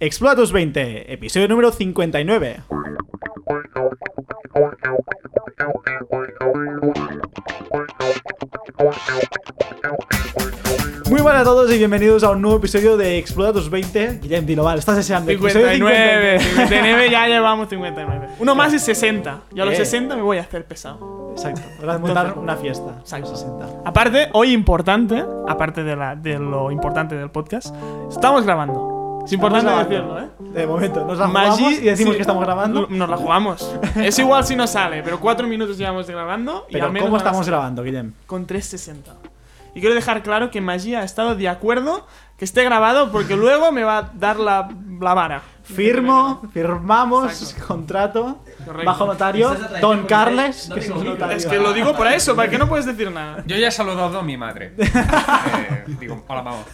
Explora tus 20, episodio número 59. Muy buenas a todos y bienvenidos a un nuevo episodio de Explora tus 20. Guillem, dilo, vale, estás deseando. Episodio 59, 59, ya llevamos 59. Uno más y 60. Yo a los Bien. 60 me voy a hacer pesado. Exacto, habrá de montar una fiesta. Exacto. 60. Aparte, hoy importante, aparte de, la- de lo importante del podcast, estamos grabando. Es importante Estamos decirlo, grabando. ¿eh? De momento, nos la Magi- jugamos y decimos sí, que estamos grabando. Nos la jugamos. es igual si no sale, pero cuatro minutos llevamos de grabando. y al Pero menos ¿cómo van a estamos ser grabando, Guillem? Con 360. Y quiero dejar claro que Magia ha estado de acuerdo que esté grabado porque luego me va a dar la, la vara. Firmo, firmamos Exacto. contrato Correcto. bajo notario Estás atractivo Don porque Carles, no que es tengo un micro. notario. Es que lo digo para eso, para que no puedes decir nada. Yo ya he saludado a mi madre. Eh, digo, hola, vamos.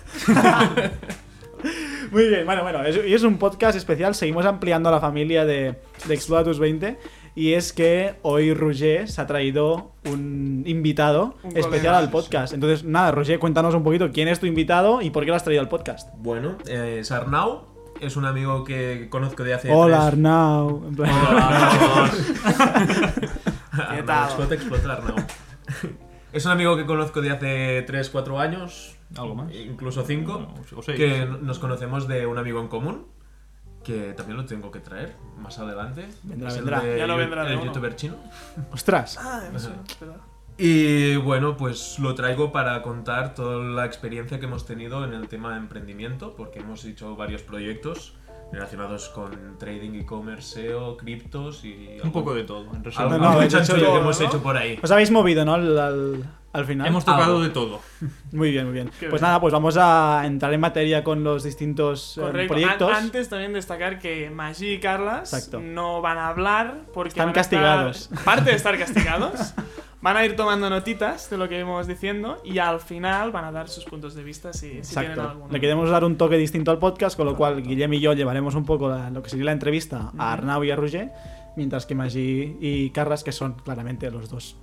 Muy bien, bueno, bueno, es, y es un podcast especial, seguimos ampliando la familia de, de Explora tus 20 y es que hoy Roger se ha traído un invitado Un especial colega, al sí, podcast. Entonces, nada, Roger, cuéntanos un poquito quién es tu invitado y por qué lo has traído al podcast. Bueno, eh, es Arnau, es un amigo que conozco de hace. Hola, tres- Arnau. En plan- Hola, Arnau. ¿Qué Arnau, tal? Explota, explota el Arnau. Es un amigo que conozco de hace 3, 4 años, ¿Algo más? incluso 5, O seis. que nos conocemos de un amigo en común, que también lo tengo que traer más adelante. Vendrá, Es el vendrá. de Ya lo yo- vendrá de El uno. youtuber chino. Ostras. Ah, no sé, espera. Y bueno, pues lo traigo para contar toda la experiencia que hemos tenido en el tema de emprendimiento, porque hemos hecho varios proyectos relacionados con trading, e-commerce, SEO, criptos y... Un poco de todo, en resumen. No, Algo, no, algún habéis hecho chanchullo todo, que hemos ¿no? hecho por ahí. Os habéis movido, ¿no? Al, al- al final. Hemos tocado Algo. de todo. Muy bien, muy bien. Pues bien. nada, pues vamos a entrar en materia con los distintos eh, Correcto. proyectos. An- antes también destacar que Maggi y Carlas Exacto. no van a hablar porque Están van a estar- castigados. aparte de estar castigados, van a ir tomando notitas de lo que vamos diciendo y al final van a dar sus puntos de vista si, si tienen Exacto. alguno. Le queremos dar un toque distinto al podcast, con lo cual Guillem y yo llevaremos un poco la- lo que sería la entrevista a Arnau y a Roger, mientras que Magí y Carras, que son claramente los dos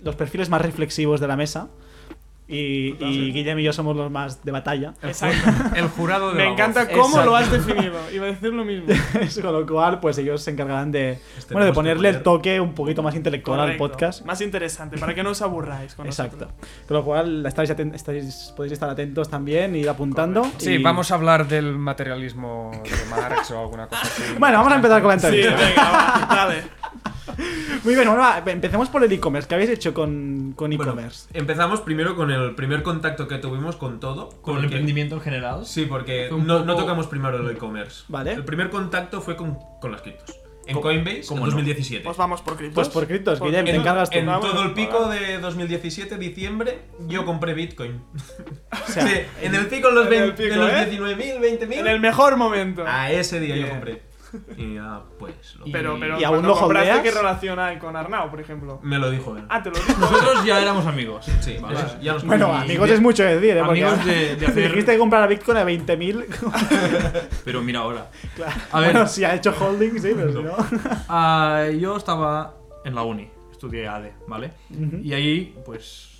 los perfiles más reflexivos de la mesa, y, y Guillem y yo somos los más de batalla, Exacto. El jurado de Me la encanta voz. cómo lo has Exacto. definido. Iba a decir lo mismo. con lo cual pues ellos se encargarán de, Pues bueno, de tenemos que ponerle el poner- toque un poquito más intelectual al Correcto. podcast. Más interesante, para que no os aburráis con Exacto. nosotros. Con lo cual estáis aten- estáis- podéis estar atentos también, ir apuntando. Sí, y- vamos a hablar del materialismo de Marx o alguna cosa así. Bueno, vamos a empezar con la Sí, entrevista. venga, va, dale. Muy bien, bueno, va, empecemos por el e-commerce. ¿Qué habéis hecho con, con Bueno, e-commerce? empezamos primero con el primer contacto que tuvimos con todo. Con el porque- emprendimiento en general. Sí, porque Fue un no, poco- no tocamos primero el e-commerce. Vale. El primer contacto fue con, con las criptos. En Coinbase, en cómo no? 2017. Pues vamos por criptos. Pues por criptos, Por Guillem, te En, Ah, criptos. encargas tú. en Vamos, todo el pico vamos. de 2017, diciembre, yo compré Bitcoin. O sea, Sí, en el pico, en los, en el 20 pico, de los ¿eh? 19.000, 20.000. En el mejor momento. A ese día yo Bien. compré. Y ah, pues lo- Pero, pero ¿Y aún cuando lo compraste, holdeas? ¿qué relación hay con Arnau, por ejemplo? Mm. me lo dijo él. Ah, te lo digo. Nosotros ya éramos amigos. Sí, Vale. eso es, ya nos bueno, conocimos. amigos es mucho decir, ¿eh? Porque Amigos de- de hacer- dijiste que comprara Bitcoin a 20.000. Pero mira ahora. claro. A ver. Bueno, si ha hecho holding, sí, pero si no. Ah, yo estaba en la uni, estudié ADE, ¿vale? Y ahí, pues.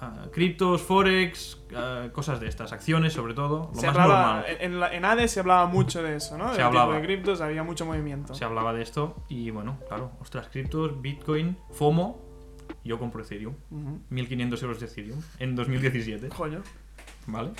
ah, criptos, forex, ah, cosas de estas, acciones sobre todo, lo Se más hablaba, normal. en, la- en ADE se hablaba mucho de eso, ¿no? Se Del hablaba. tipo de criptos, había mucho movimiento. Se hablaba de esto y bueno, claro, ostras, criptos, Bitcoin, FOMO, yo compro Ethereum, Ujú. 1500 euros de Ethereum en 2017, Joyo. ¿vale?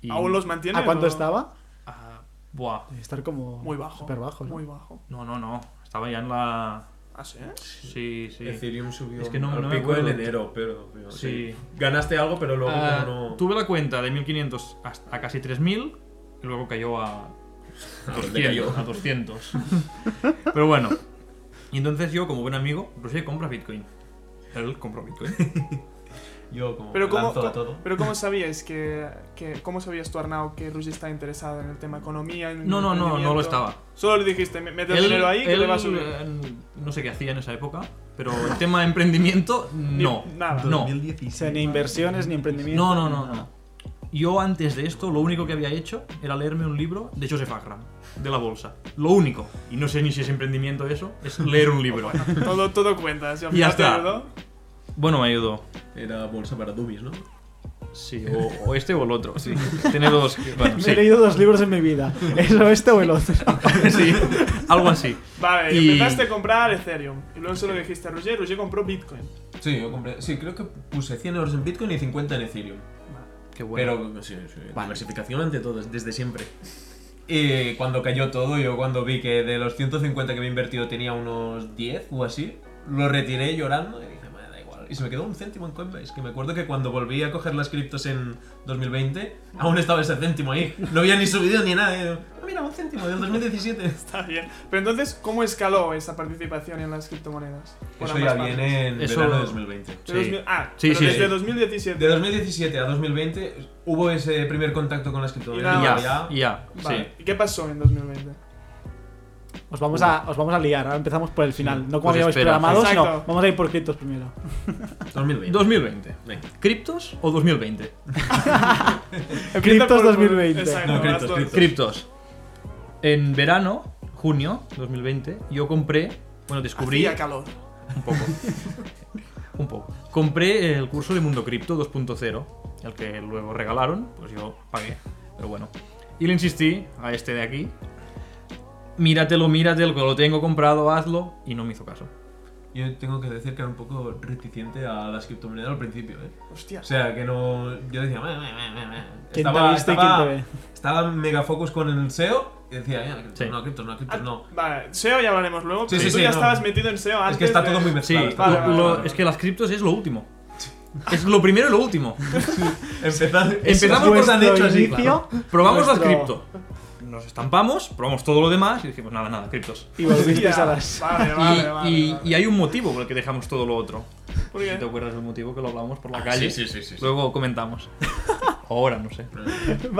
Y- ¿Aún los mantienes? ¿A cuánto o- estaba? Ah, buah, Debe estar como. Muy bajo. Súper bajo. ¿no? Muy bajo. No, no, no. Estaba ya en la. ¿Ah, sí? eh? Sí, sí. Ethereum subió Es que no- al no me pico en acuerdo. enero, pero, pero Sí. Ganaste algo, pero luego Ah, como no... Tuve la cuenta de 1500 hasta- a casi 3000 y luego cayó a dónde cayó? 200. a 200. Pero bueno. Y entonces yo, como buen amigo, pues sí, compra Bitcoin. Él compró Bitcoin. Yo como Pero me ¿cómo, lanzo a co- todo. pero ¿cómo sabías que, que- ¿Cómo sabías tú, Arnau, que Rusi está interesado en el tema economía? en No, no, no, no lo emprendimiento? estaba. Solo le dijiste, "Me- mete el Él- dinero ahí que él, te va a subir. eh, No sé qué hacía en esa época, pero el tema de emprendimiento, mm, Ni- no. Nada. No. O sea, ni inversiones, ni emprendimiento. No, no, no, no. Yo antes de esto, lo único que había hecho era leerme un libro de Joseph Agram, de la bolsa. Lo único. Y no sé ni si es emprendimiento eso, es leer un libro. Todo, todo cuenta. Si al Ya final te está. ayudó. bueno, me ayudó. Era bolsa para dummies, ¿no? Sí, o, o este o el otro. Sí. Tiene dos. Bueno, Me sí. he leído dos libros en mi vida. Eso, este o el otro. Sí, algo así. Vale, Y- empezaste a comprar Ethereum. Y luego se lo dijiste a Roger. Roger compró Bitcoin. Sí, yo compré. Sí, creo que puse 100 euros en Bitcoin y 50 en Ethereum. Qué bueno. Pero sí, sí, diversificación ante todo, desde siempre. Y cuando cayó todo, yo cuando vi que de los 150 que había invertido tenía unos 10 o así, lo retiré llorando y dije, "Bueno, da igual. Y se me quedó un céntimo en Coinbase, que me acuerdo que cuando volví a coger las criptos en 2020, aún estaba ese céntimo ahí. No había ni subido ni nada. Y yo, "Ah, mira, un céntimo del 2017. Está bien. Pero entonces, ¿cómo escaló esa participación en las criptomonedas? Por Eso ambas ya partes. viene en Eso- verano de 2020. De Sí. 2000 Ah, Sí, pero sí, desde sí. 2017. De 2017 a 2020 hubo ese primer contacto con las criptomonedas. Y Y nada pero ya, y ya. Vale. Sí. ¿Y qué pasó en 2020? Os vamos, a, os vamos a liar. Ahora empezamos por el final. No como Pues habíamos espera. programado, sino Exacto. vamos a ir por criptos primero. 2020. 2020. Venga. ¿Criptos o 2020? Criptos por- por- 2020. Exacto, No, criptos, las dos. criptos. Criptos. En verano, junio 2020, yo compré. Bueno, descubrí. Hacía calor. Un poco. un poco. Compré el curso de Mundo Cripto 2.0, el que luego regalaron, pues yo pagué, pero bueno. Y le insistí a este de aquí, míratelo, míratelo, que lo tengo comprado, hazlo, y no me hizo caso. Yo tengo que decir que era un poco reticente a las criptomonedas al principio, ¿eh? Hostia. O sea, que no... Yo decía... "Meh, meh, meh, meh, meh". ¿Quién te viste y quién te ve? estaba mega focus con el SEO y decía, "Mira, criptos, Sí. no, criptos, no, Ah, criptos, no. Vale, SEO ya hablaremos luego. Sí, pero sí, tú sí, ya no. estabas metido en SEO antes. Es que está de- todo muy Sí, mezclado. está lo- todo muy lo- mezclado. es que las criptos es lo último. Es lo primero y lo último. Empezar- Empezamos Pues por han vuestro hecho así, inicio Probamos las Nuestro- cripto. Nos estampamos, probamos todo lo demás y dijimos, nada, nada, criptos. y volvisteis Hostia. a las. Vale, Y, vale, vale. y- vale. y hay un motivo por el que dejamos todo lo otro. ¿Por qué? Si te acuerdas del motivo que lo hablamos por la calle. Ah, sí, sí, sí, sí. Luego comentamos. Ahora, no sé. Vale, vale, Por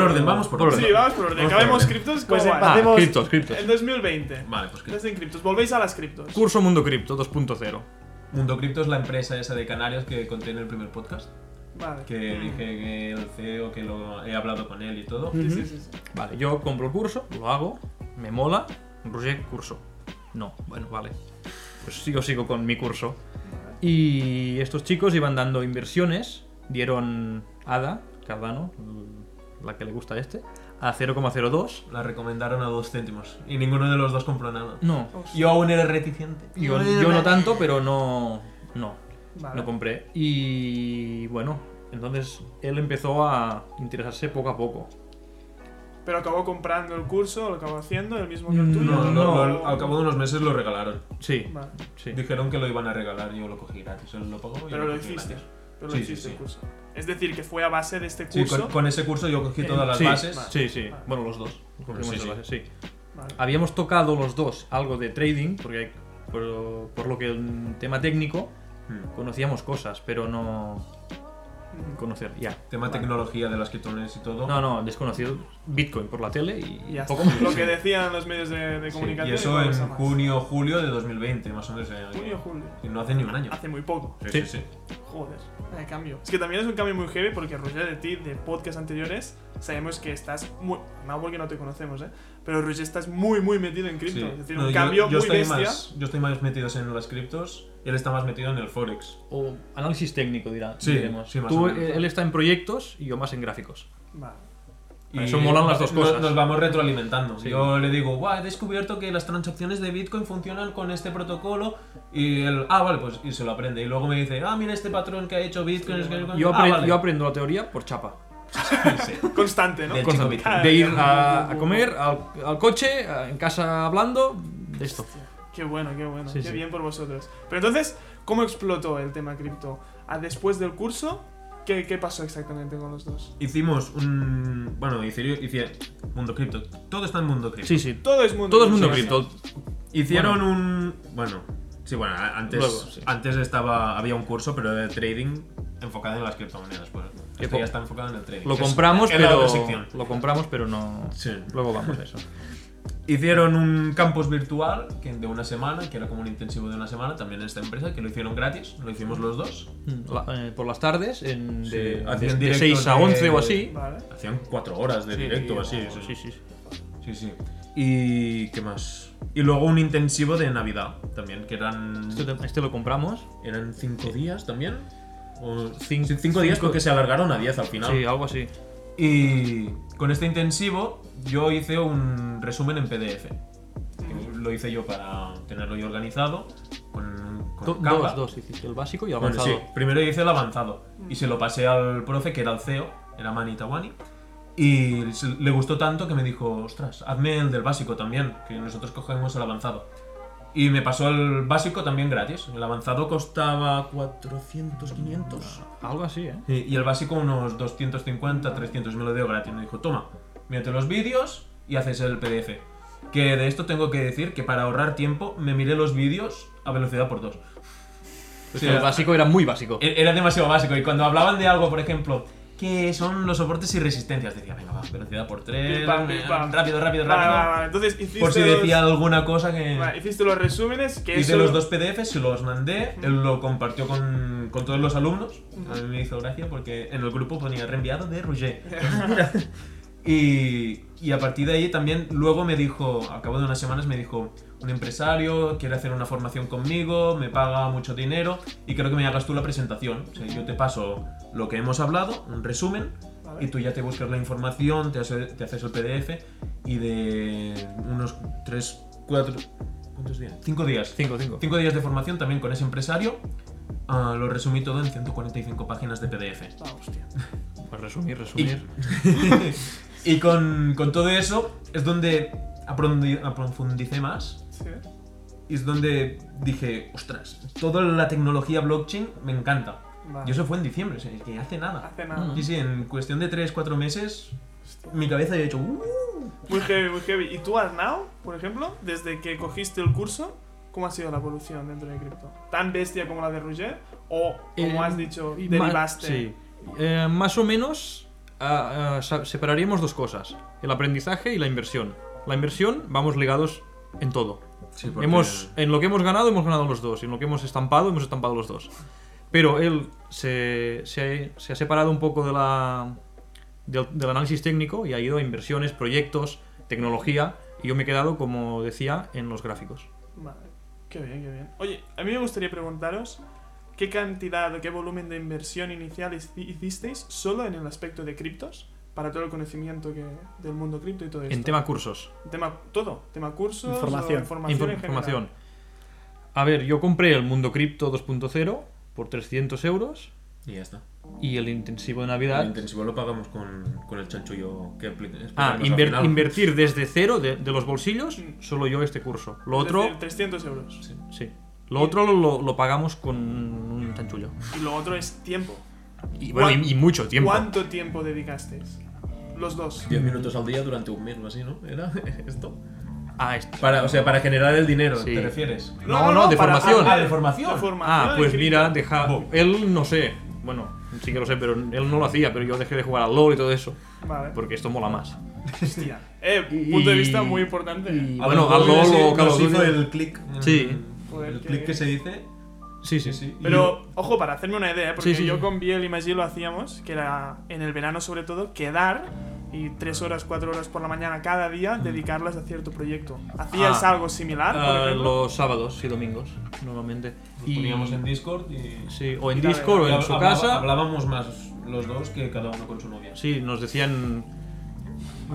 vale. orden, vamos por Por orden. Sí, vamos por orden. Vamos por Acabemos orden. criptos. Pues ¿cómo va? Ah, Hacemos- criptos, criptos. En 2020. Vale, pues que... Desde en criptos. Volvéis a las criptos. Curso Mundo Cripto 2.0. Mundo Cripto es la empresa esa de Canarias que conté en el primer podcast. Vale. Que Mm. dije que el CEO, que lo he hablado con él y todo. Sí, sí, sí, sí. Vale, yo compro el curso, lo hago, me mola, Roger, curso. No, bueno, vale. Pues yo sigo con mi curso. Y estos chicos iban dando inversiones, dieron ADA, Cardano, la que le gusta a este, a 0,02. La recomendaron a dos céntimos y ninguno de los dos compró nada. No, Yo aún era reticente. yo, yo no tanto, pero no, no, Vale. Lo compré. Y bueno, entonces él empezó a interesarse poco a poco. Pero acabó comprando el curso, lo acabó haciendo, el mismo que Mm, el tuyo. No, No. no, no, al cabo de unos meses lo regalaron. Sí, Vale. sí. Dijeron que lo iban a regalar, yo lo cogí gratis, él lo pagó. yo Pero lo cogí hiciste. gratis. Pero lo Sí, sí, hiciste sí. el curso. Es decir, que fue a base de este Sí, curso. con, con ese curso yo cogí todas las Eh, sí, bases. Sí, sí. Vale. Bueno, los dos. Bueno, Cogimos sí, las sí. bases, sí. Vale. Habíamos tocado los dos algo de trading, porque por, por lo que el tema técnico Mm. conocíamos cosas, pero no conocer ya. Tema Vale. tecnología de las criptomonedas y todo. No, no, desconocido Bitcoin por la tele y, Y ya poco está. más. Lo que decían los medios de, de comunicación. y eso en poco más. junio julio de 2020, más o menos. eh, Junio, julio. Ah, Y no hace ni un año. Hace muy poco. Sí, Sí. sí, sí. Joder, vaya cambio. Es que también es un cambio muy heavy porque Roger de ti, de podcast anteriores, sabemos que estás muy. No porque no te conocemos, ¿eh? Pero Roger estás muy, muy metido en cripto. Sí. Es decir, No, un yo- cambio yo, muy estoy bestia. Más, yo estoy más metido en las criptos y él está más metido en el Forex. O análisis técnico, dirá. Sí, diremos. sí, más Tú, eh, o menos. él está en proyectos y yo más en gráficos. Vale. Para eso molan las dos nos- cosas. Nos vamos retroalimentando. Sí. Yo le digo, "Buah, he descubierto que las transacciones de Bitcoin funcionan con este protocolo. Y él, ah, vale, pues y se lo aprende. Y luego me dice, ah, mira este patrón que ha hecho Bitcoin. es que- Yo, ah, apre- vale". yo aprendo la teoría por chapa. Constante, Ah, Uh, ¿no? Del Con- chico Bitcoin. Cada De día ir más, más, a, a más. comer, al, al coche, a- en casa hablando, de esto. Qué bueno, qué bueno. Sí, qué sí. bien por vosotros. Pero entonces, ¿cómo explotó el tema cripto? Ah, Después del curso, ¿qué, qué pasó exactamente con los dos? Hicimos un. Bueno, hicieron. hicieron- mundo cripto. Todo está en mundo cripto. Sí, sí. Todo es mundo Todo el mundo cripto. cripto. Hicieron un. Bueno, sí, bueno, a- antes, Luego, sí. antes estaba, había un curso, pero de trading enfocado en las criptomonedas. Pues, Qué esto po- ya está enfocado en el trading. Lo que es- compramos, es la pero. otra sección. Lo compramos, pero no. Sí. Luego vamos a eso. Hicieron un campus virtual que de una semana, que era como un intensivo de una semana, también en esta empresa, que lo hicieron gratis, lo hicimos los dos. La- eh, por las tardes, en, Sí, de, hacían de- de directos 6 a de- 11 o así. Vale. Hacían cuatro horas de directo, Sí, así. o- sí, sí, sí, sí. Sí, sí. ¿Y qué más? Y luego un intensivo de Navidad también, que eran, Este, te- este lo compramos. eran cinco días también. O, Cin- sí, cinco días cinco. porque se alargaron a 10 al final. Sí, algo así. Y con este intensivo yo hice un resumen en PDF. que Lo hice yo para tenerlo yo organizado. Con, con Do- Canva. dos, dos, hiciste el básico y el Bueno, avanzado. sí, primero hice el avanzado y se lo pasé al profe que era el CEO, era Mani Tawani. Y se- le gustó tanto que me dijo, ostras, hazme el del básico también, que nosotros cogemos el avanzado. Y me pasó el básico también gratis. El avanzado costaba 400, 500. Algo así, ¿eh? Y, y el básico unos 250, 300, me lo dio gratis. Me dijo, toma, mírate los vídeos y haces el PDF. Que de esto tengo que decir que para ahorrar tiempo me miré los vídeos a velocidad por dos. Pues Sí, el era- básico era muy básico. E- Era demasiado básico. Y cuando hablaban de algo, por ejemplo, que son los soportes y resistencias, decía, venga, va, velocidad por tres, Pim, pam, pim, pam. Eh, rápido, rápido, Vale, rápido. vale, vale. Entonces hiciste. Por si decía los, alguna cosa que. vale, hiciste los resúmenes que Hice eso- los dos PDFs, se los mandé, él lo compartió con, con todos los alumnos. A mí me hizo gracia porque en el grupo ponía reenviado de Roger. Mira. y, y a partir de ahí también, luego me dijo, a cabo de unas semanas me dijo, un empresario quiere hacer una formación conmigo, me paga mucho dinero y creo que me hagas tú la presentación. O sea, yo te paso lo que hemos hablado, un resumen, Vale. y tú ya te buscas la información, te, hace- te haces el PDF y de unos 3, 4, ¿cuántos días? 5 días. Cinco, cinco. 5 días de formación también con ese empresario. Ah, lo resumí todo en 145 páginas de PDF. Ah, hostia. Pues resumir, resumir. Y con, con todo eso es donde aprondi- aprofundicé más. Sí. Y es donde dije, ostras, toda la tecnología blockchain me encanta. Vale. Y eso fue en diciembre, o sea, que hace nada. Hace nada. Mm. Sí, sí, en cuestión de 3-4 meses, mi cabeza ya ha hecho... "Uh". Muy heavy, muy heavy. ¿Y tú, Arnau, por ejemplo, desde que cogiste el curso, cómo ha sido la evolución dentro de cripto? ¿Tan bestia como la de Roger? ¿O, como Eh, has dicho, y derivaste? ma- sí. Eh, más o menos ah, ah, sa- separaríamos dos cosas, el aprendizaje y la inversión. La inversión vamos ligados en todo. Sí, porque- Hemos, en lo que hemos ganado hemos ganado los dos, y en lo que hemos estampado hemos estampado los dos. Pero él se, se ha- se ha separado un poco de la, del, del análisis técnico y ha ido a inversiones, proyectos, tecnología, y yo me he quedado, como decía, en los gráficos. Vale. Qué bien, qué bien. Oye, a mí me gustaría preguntaros qué cantidad o qué volumen de inversión inicial hici- hicisteis solo en el aspecto de criptos para todo el conocimiento que, del mundo cripto y todo esto. En tema cursos. Tema- todo, tema cursos, o Información. información, Infor- en general. información. A ver, yo compré el Mundo Cripto 2.0 por 300 euros Y ya está. y el intensivo de El Navidad. intensivo lo pagamos con, con el chanchullo que apli- Ah, explicamos al inver- final. invertir desde cero de, de los bolsillos, Mm. solo yo este curso. Lo Es otro, decir, 300 euros. Sí. sí. Lo otro lo, lo pagamos con un chanchullo. Y lo otro es tiempo. Y bueno, y, y mucho tiempo. ¿Cuánto tiempo dedicasteis? Los dos. 10 minutos al día durante un mes o así, ¿no? ¿Era esto? Ah, esto. Para, o sea, para generar el dinero, Sí. ¿te refieres? No, no, de para- formación. ah, Ah, de formación. De formación Ah, pues de mira, cripto. deja. Bo. Él no sé. Bueno, sí que lo sé, pero él no lo hacía, pero yo dejé de jugar al LOL y todo eso. Vale. Porque esto mola más. Hostia. Eh, punto de vista muy importante. Y bueno, al LOL o Call of Nos hizo Duty. el clic. Sí. mm, Joder, El qué clic que bien. se dice. Sí, sí, Sí, sí. sí. Pero, ojo, para hacerme una idea, ¿eh? porque Sí, sí, yo sí. con Biel y Maggi lo hacíamos, que era en el verano sobre todo, quedar y tres horas, cuatro horas por la mañana cada día dedicarlas a cierto proyecto. ¿Hacías Ah. algo similar? por Ah, ejemplo? los sábados y domingos, normalmente. Y poníamos en Discord y. Sí, o en Y la Discord o y en hab- su hablaba- casa. Hablábamos más los dos que cada uno con su novia. Sí, nos decían.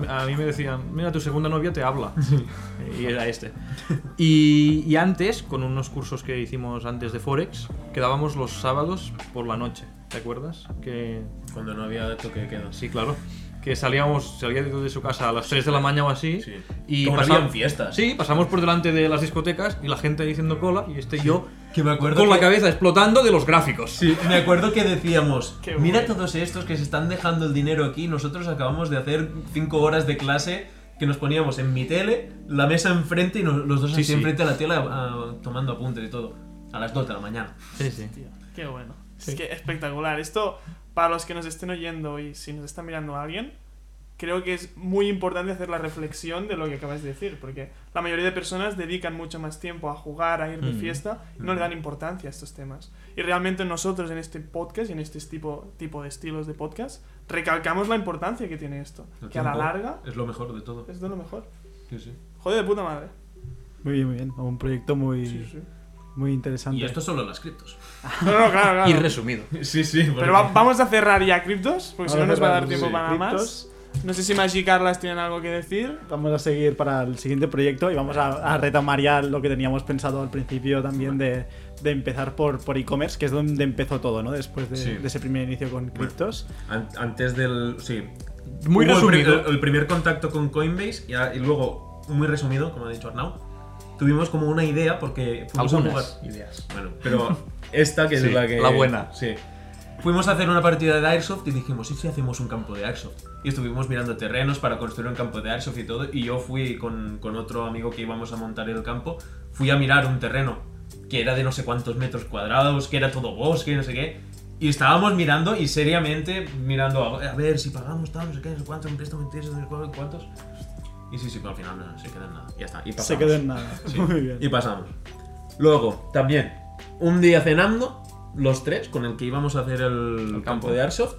A mí me decían, mira, tu segunda novia te habla. Y era este. Y, y antes, con unos cursos que hicimos antes de Forex, quedábamos los sábados por la noche. ¿Te acuerdas? Que. Cuando no había toque de queda. Sí, claro. Que salíamos, salía de su casa a las 3 de la mañana o así. Sí. Y Como no pasaba- habían fiestas. Sí, pasamos por delante de las discotecas y la gente diciendo cola y este y yo Que me acuerdo. con la que- cabeza explotando de los gráficos. Sí, me acuerdo que decíamos, Qué mira bueno. todos estos que se están dejando el dinero aquí, nosotros acabamos de hacer 5 horas de clase que nos poníamos en mi tele, la mesa enfrente y nos- los dos Sí, así sí. enfrente a la tele ah, tomando apuntes y todo, a las 2 de la mañana. Sí, sí. Tío, qué bueno. Es que espectacular. Esto, para los que nos estén oyendo y si nos está mirando alguien, creo que es muy importante hacer la reflexión de lo que acabas de decir, porque la mayoría de personas dedican mucho más tiempo a jugar, a ir de Mm. fiesta, y no le dan importancia a estos temas. Y realmente nosotros en este podcast y en este tipo, tipo de estilos de podcast, recalcamos la importancia que tiene esto, El que a la tiempo larga Es lo mejor de todo. es de lo mejor. Sí, sí. Joder de puta madre. Muy bien, muy bien. Un proyecto muy, Sí, sí. Muy interesante. Y esto solo las criptos. No, no, claro, claro. Y resumido. Sí, sí. porque- Pero va- vamos a cerrar ya criptos, porque si no Ahora nos va a cerramos, dar tiempo sí. para Criptos. más. No sé si Magic y Carlas tienen algo que decir. Vamos a seguir para el siguiente proyecto y vamos a, a retomar ya lo que teníamos pensado al principio también de, de empezar por por e-commerce, que es donde empezó todo, ¿no? Después de, Sí. de ese primer inicio con criptos. An- antes del. Sí. Muy Hubo el pri- resumido. El, el primer contacto con Coinbase y, a- y luego, muy resumido, como ha dicho Arnau, tuvimos como una idea porque fuimos Algunas a ideas. jugar. Bueno, pero esta que es Sí, la que. la buena. Sí. Fuimos a hacer una partida de Airsoft y dijimos, ¿y si hacemos un campo de Airsoft? Y estuvimos mirando terrenos para construir un campo de Airsoft y todo. Y yo fui con, con otro amigo que íbamos a montar el campo, fui a mirar un terreno que era de no sé cuántos metros cuadrados, que era todo bosque, y no sé qué. Y estábamos mirando y seriamente mirando a, a ver si pagamos tal, no sé qué, no sé cuánto, un préstamo, interés, no sé cu- cuántos. Y sí, sí, pero al final no, no, se queda en nada. Ya está. Y pasamos. Se quedó en nada. Sí, Muy bien. Y pasamos. Luego, también, un día cenando, los tres, con el que íbamos a hacer el, campo. campo. de Airsoft,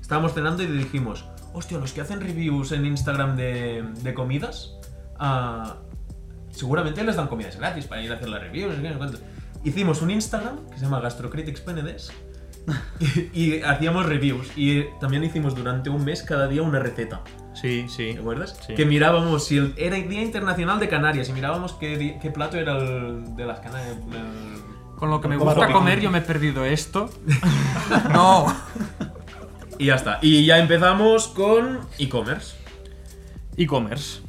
estábamos cenando y dijimos, hostia, los que hacen reviews en Instagram de, de comidas, ah, seguramente les dan comidas gratis para ir a hacer las reviews. no sé qué, no sé cuánto". Hicimos un Instagram que se llama Gastrocritics PNDs y, y hacíamos reviews. Y también hicimos durante un mes cada día una receta. Sí, sí. ¿Te acuerdas? Sí. Que mirábamos si el- era el Día Internacional de Canarias y mirábamos qué, di- qué plato era el de las Canarias. el- Con lo que me Con gusta barbacoa. comer, yo me he perdido esto. No. Y ya está. Y ya empezamos con e-commerce. E-commerce.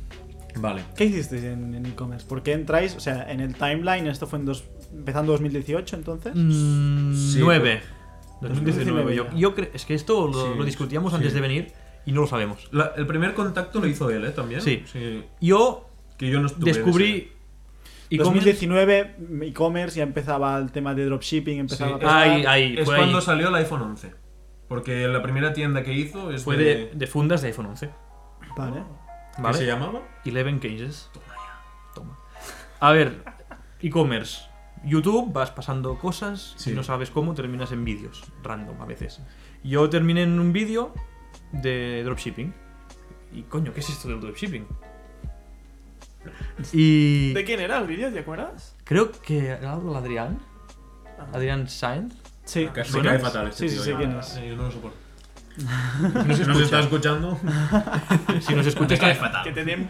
Vale. ¿Qué hicisteis en en e-commerce? ¿Por qué entráis? O sea, en el timeline, esto fue en dos, empezando 2018 entonces. Mm, 9. 2019. 2019 Yo, ya. yo creo. Es que esto lo, Sí, lo discutíamos sí. antes de venir y no lo sabemos. La- el primer contacto lo hizo él, ¿eh? También. Sí. Yo Que yo no estuve en descubrí. En e-commerce- 2019 mm, e-commerce ya empezaba el tema de dropshipping, ese. Sí, empezaba... Ahí, es- ahí, Es fue cuando ahí. salió el iPhone 11. Porque la primera tienda que hizo es Fue de- de, de fundas de iPhone 11. Vale. ¿Qué ¿Vale? se llamaba? 11 cases. Toma A ver, e-commerce. YouTube, vas pasando cosas, Sí. si no sabes cómo, terminas en vídeos, random a veces. Yo terminé en un vídeo de dropshipping. Y coño, ¿qué es esto del dropshipping? Y ¿De quién era el vídeo? ¿Te acuerdas? creo que habla Adrián. Adrián Sainz. Sí. Casi Bueno, cae fatal este sí, tío, sí, ¿eh? sé quién es. Eh, yo no lo soporto. Si nos está escuchando, Si nos escuchas, cae Que fatal. te den.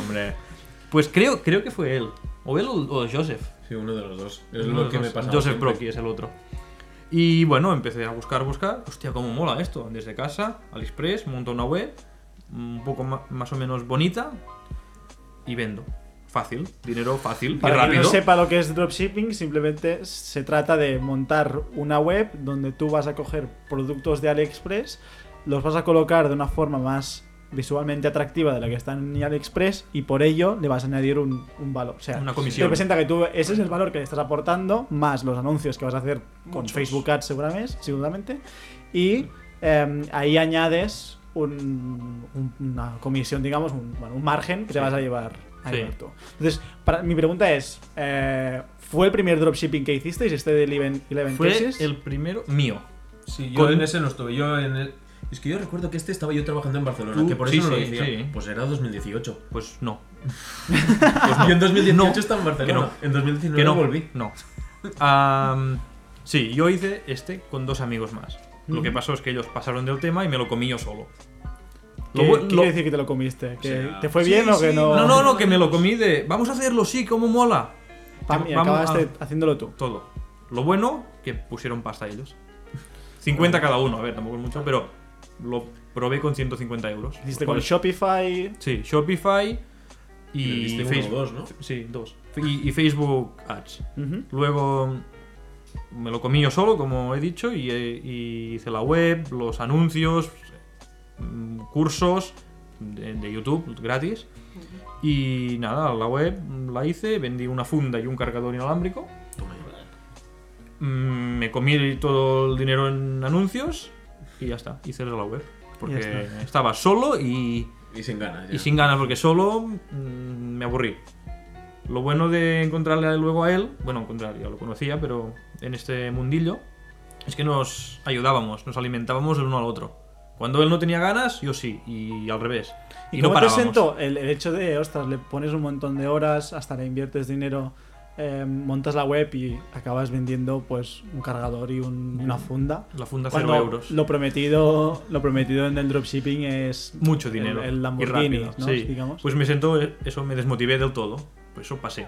hombre. Pues creo, creo que fue él. O él o, o Joseph. Sí, uno de los dos. Uno Es de lo los que me dos. pasa. Joseph siempre. Brocky es el otro. Y bueno, empecé a buscar, buscar. Hostia, cómo mola esto. Desde casa, AliExpress, monto una web, un poco ma- más o menos bonita y vendo. Fácil, dinero fácil y Para quien rápido. no sepa lo que es dropshipping, simplemente se trata de montar una web donde tú vas a coger productos de AliExpress, los vas a colocar de una forma más visualmente atractiva de la que está en AliExpress y por ello le vas a añadir un, un valor. O sea, Una comisión. representa que tú, ese es el valor que le estás aportando, más los anuncios que vas a hacer con Facebook Ads seguramente, seguramente y eh, ahí añades un- un- una comisión, digamos, un, bueno, un margen que te vas a llevar. a Sí. llevar tú. Entonces, para- mi pregunta es, eh, ¿fue el primer dropshipping que hicisteis, este del 11, 11 Fue Cases? el primero mío. Sí, yo Con- en ese no estuve. Yo en el- Es que yo recuerdo que este estaba yo trabajando en Barcelona, Tú- que por sí, eso no lo sí, decía. sí. Pues era 2018. Pues no. Pues yo en 2018 estaba en que Barcelona. no. En 2019 Que no volví. No. Am, sí, yo hice este con dos amigos más. Lo que Mm. pasó es que ellos pasaron del tema y me lo comí yo solo. ¿Qué, Lo bu- qué lo- quiere decir que te lo comiste? ¿Que sea, ¿Te fue sí, bien o que sí, no? No, no, no, que me lo comí de. Vamos a hacerlo, sí, como mola. Pam, y Vamos acabaste a- haciéndolo tú. Todo. Lo bueno, que pusieron pasta ellos. 50 cada uno, a ver, tampoco es mucho, pero lo probé con 150 euros. Hiciste Lo con cual- Shopify, Sí, Shopify Le y diste uno o Facebook. dos, ¿no? Sí, dos. Y, y Facebook Ads. ujú, Luego me lo comí yo solo, como he dicho, y, eh, y hice la web, los anuncios, mm, cursos de, de YouTube gratis. Y nada, la web la hice, vendí una funda y un cargador inalámbrico. Toma Mm, Me comí todo el dinero en anuncios y ya está, y cerré la web. Porque Ya está. estaba solo y, ya. Y sin ganas. ya. y sin ganas, porque solo mm, me aburrí. Lo bueno de encontrarle luego a él, bueno, encontrar, ya lo conocía, pero en este mundillo, es que nos ayudábamos, nos alimentábamos el uno al otro. Cuando él no tenía ganas, yo sí, y al revés. ¿Y, no cómo te parábamos. sentó el, el hecho de, ostras, le pones un montón de horas, hasta le inviertes dinero eh, montas la web y acabas vendiendo pues un cargador y un- una funda. La funda cero Cuando Mm. euros. Lo prometido, lo prometido en el dropshipping es Mucho el- dinero. El, y Lamborghini, rápido, ¿no? sí. digamos. Pues me sentó, eso me desmotivé del todo. Por eso pasé.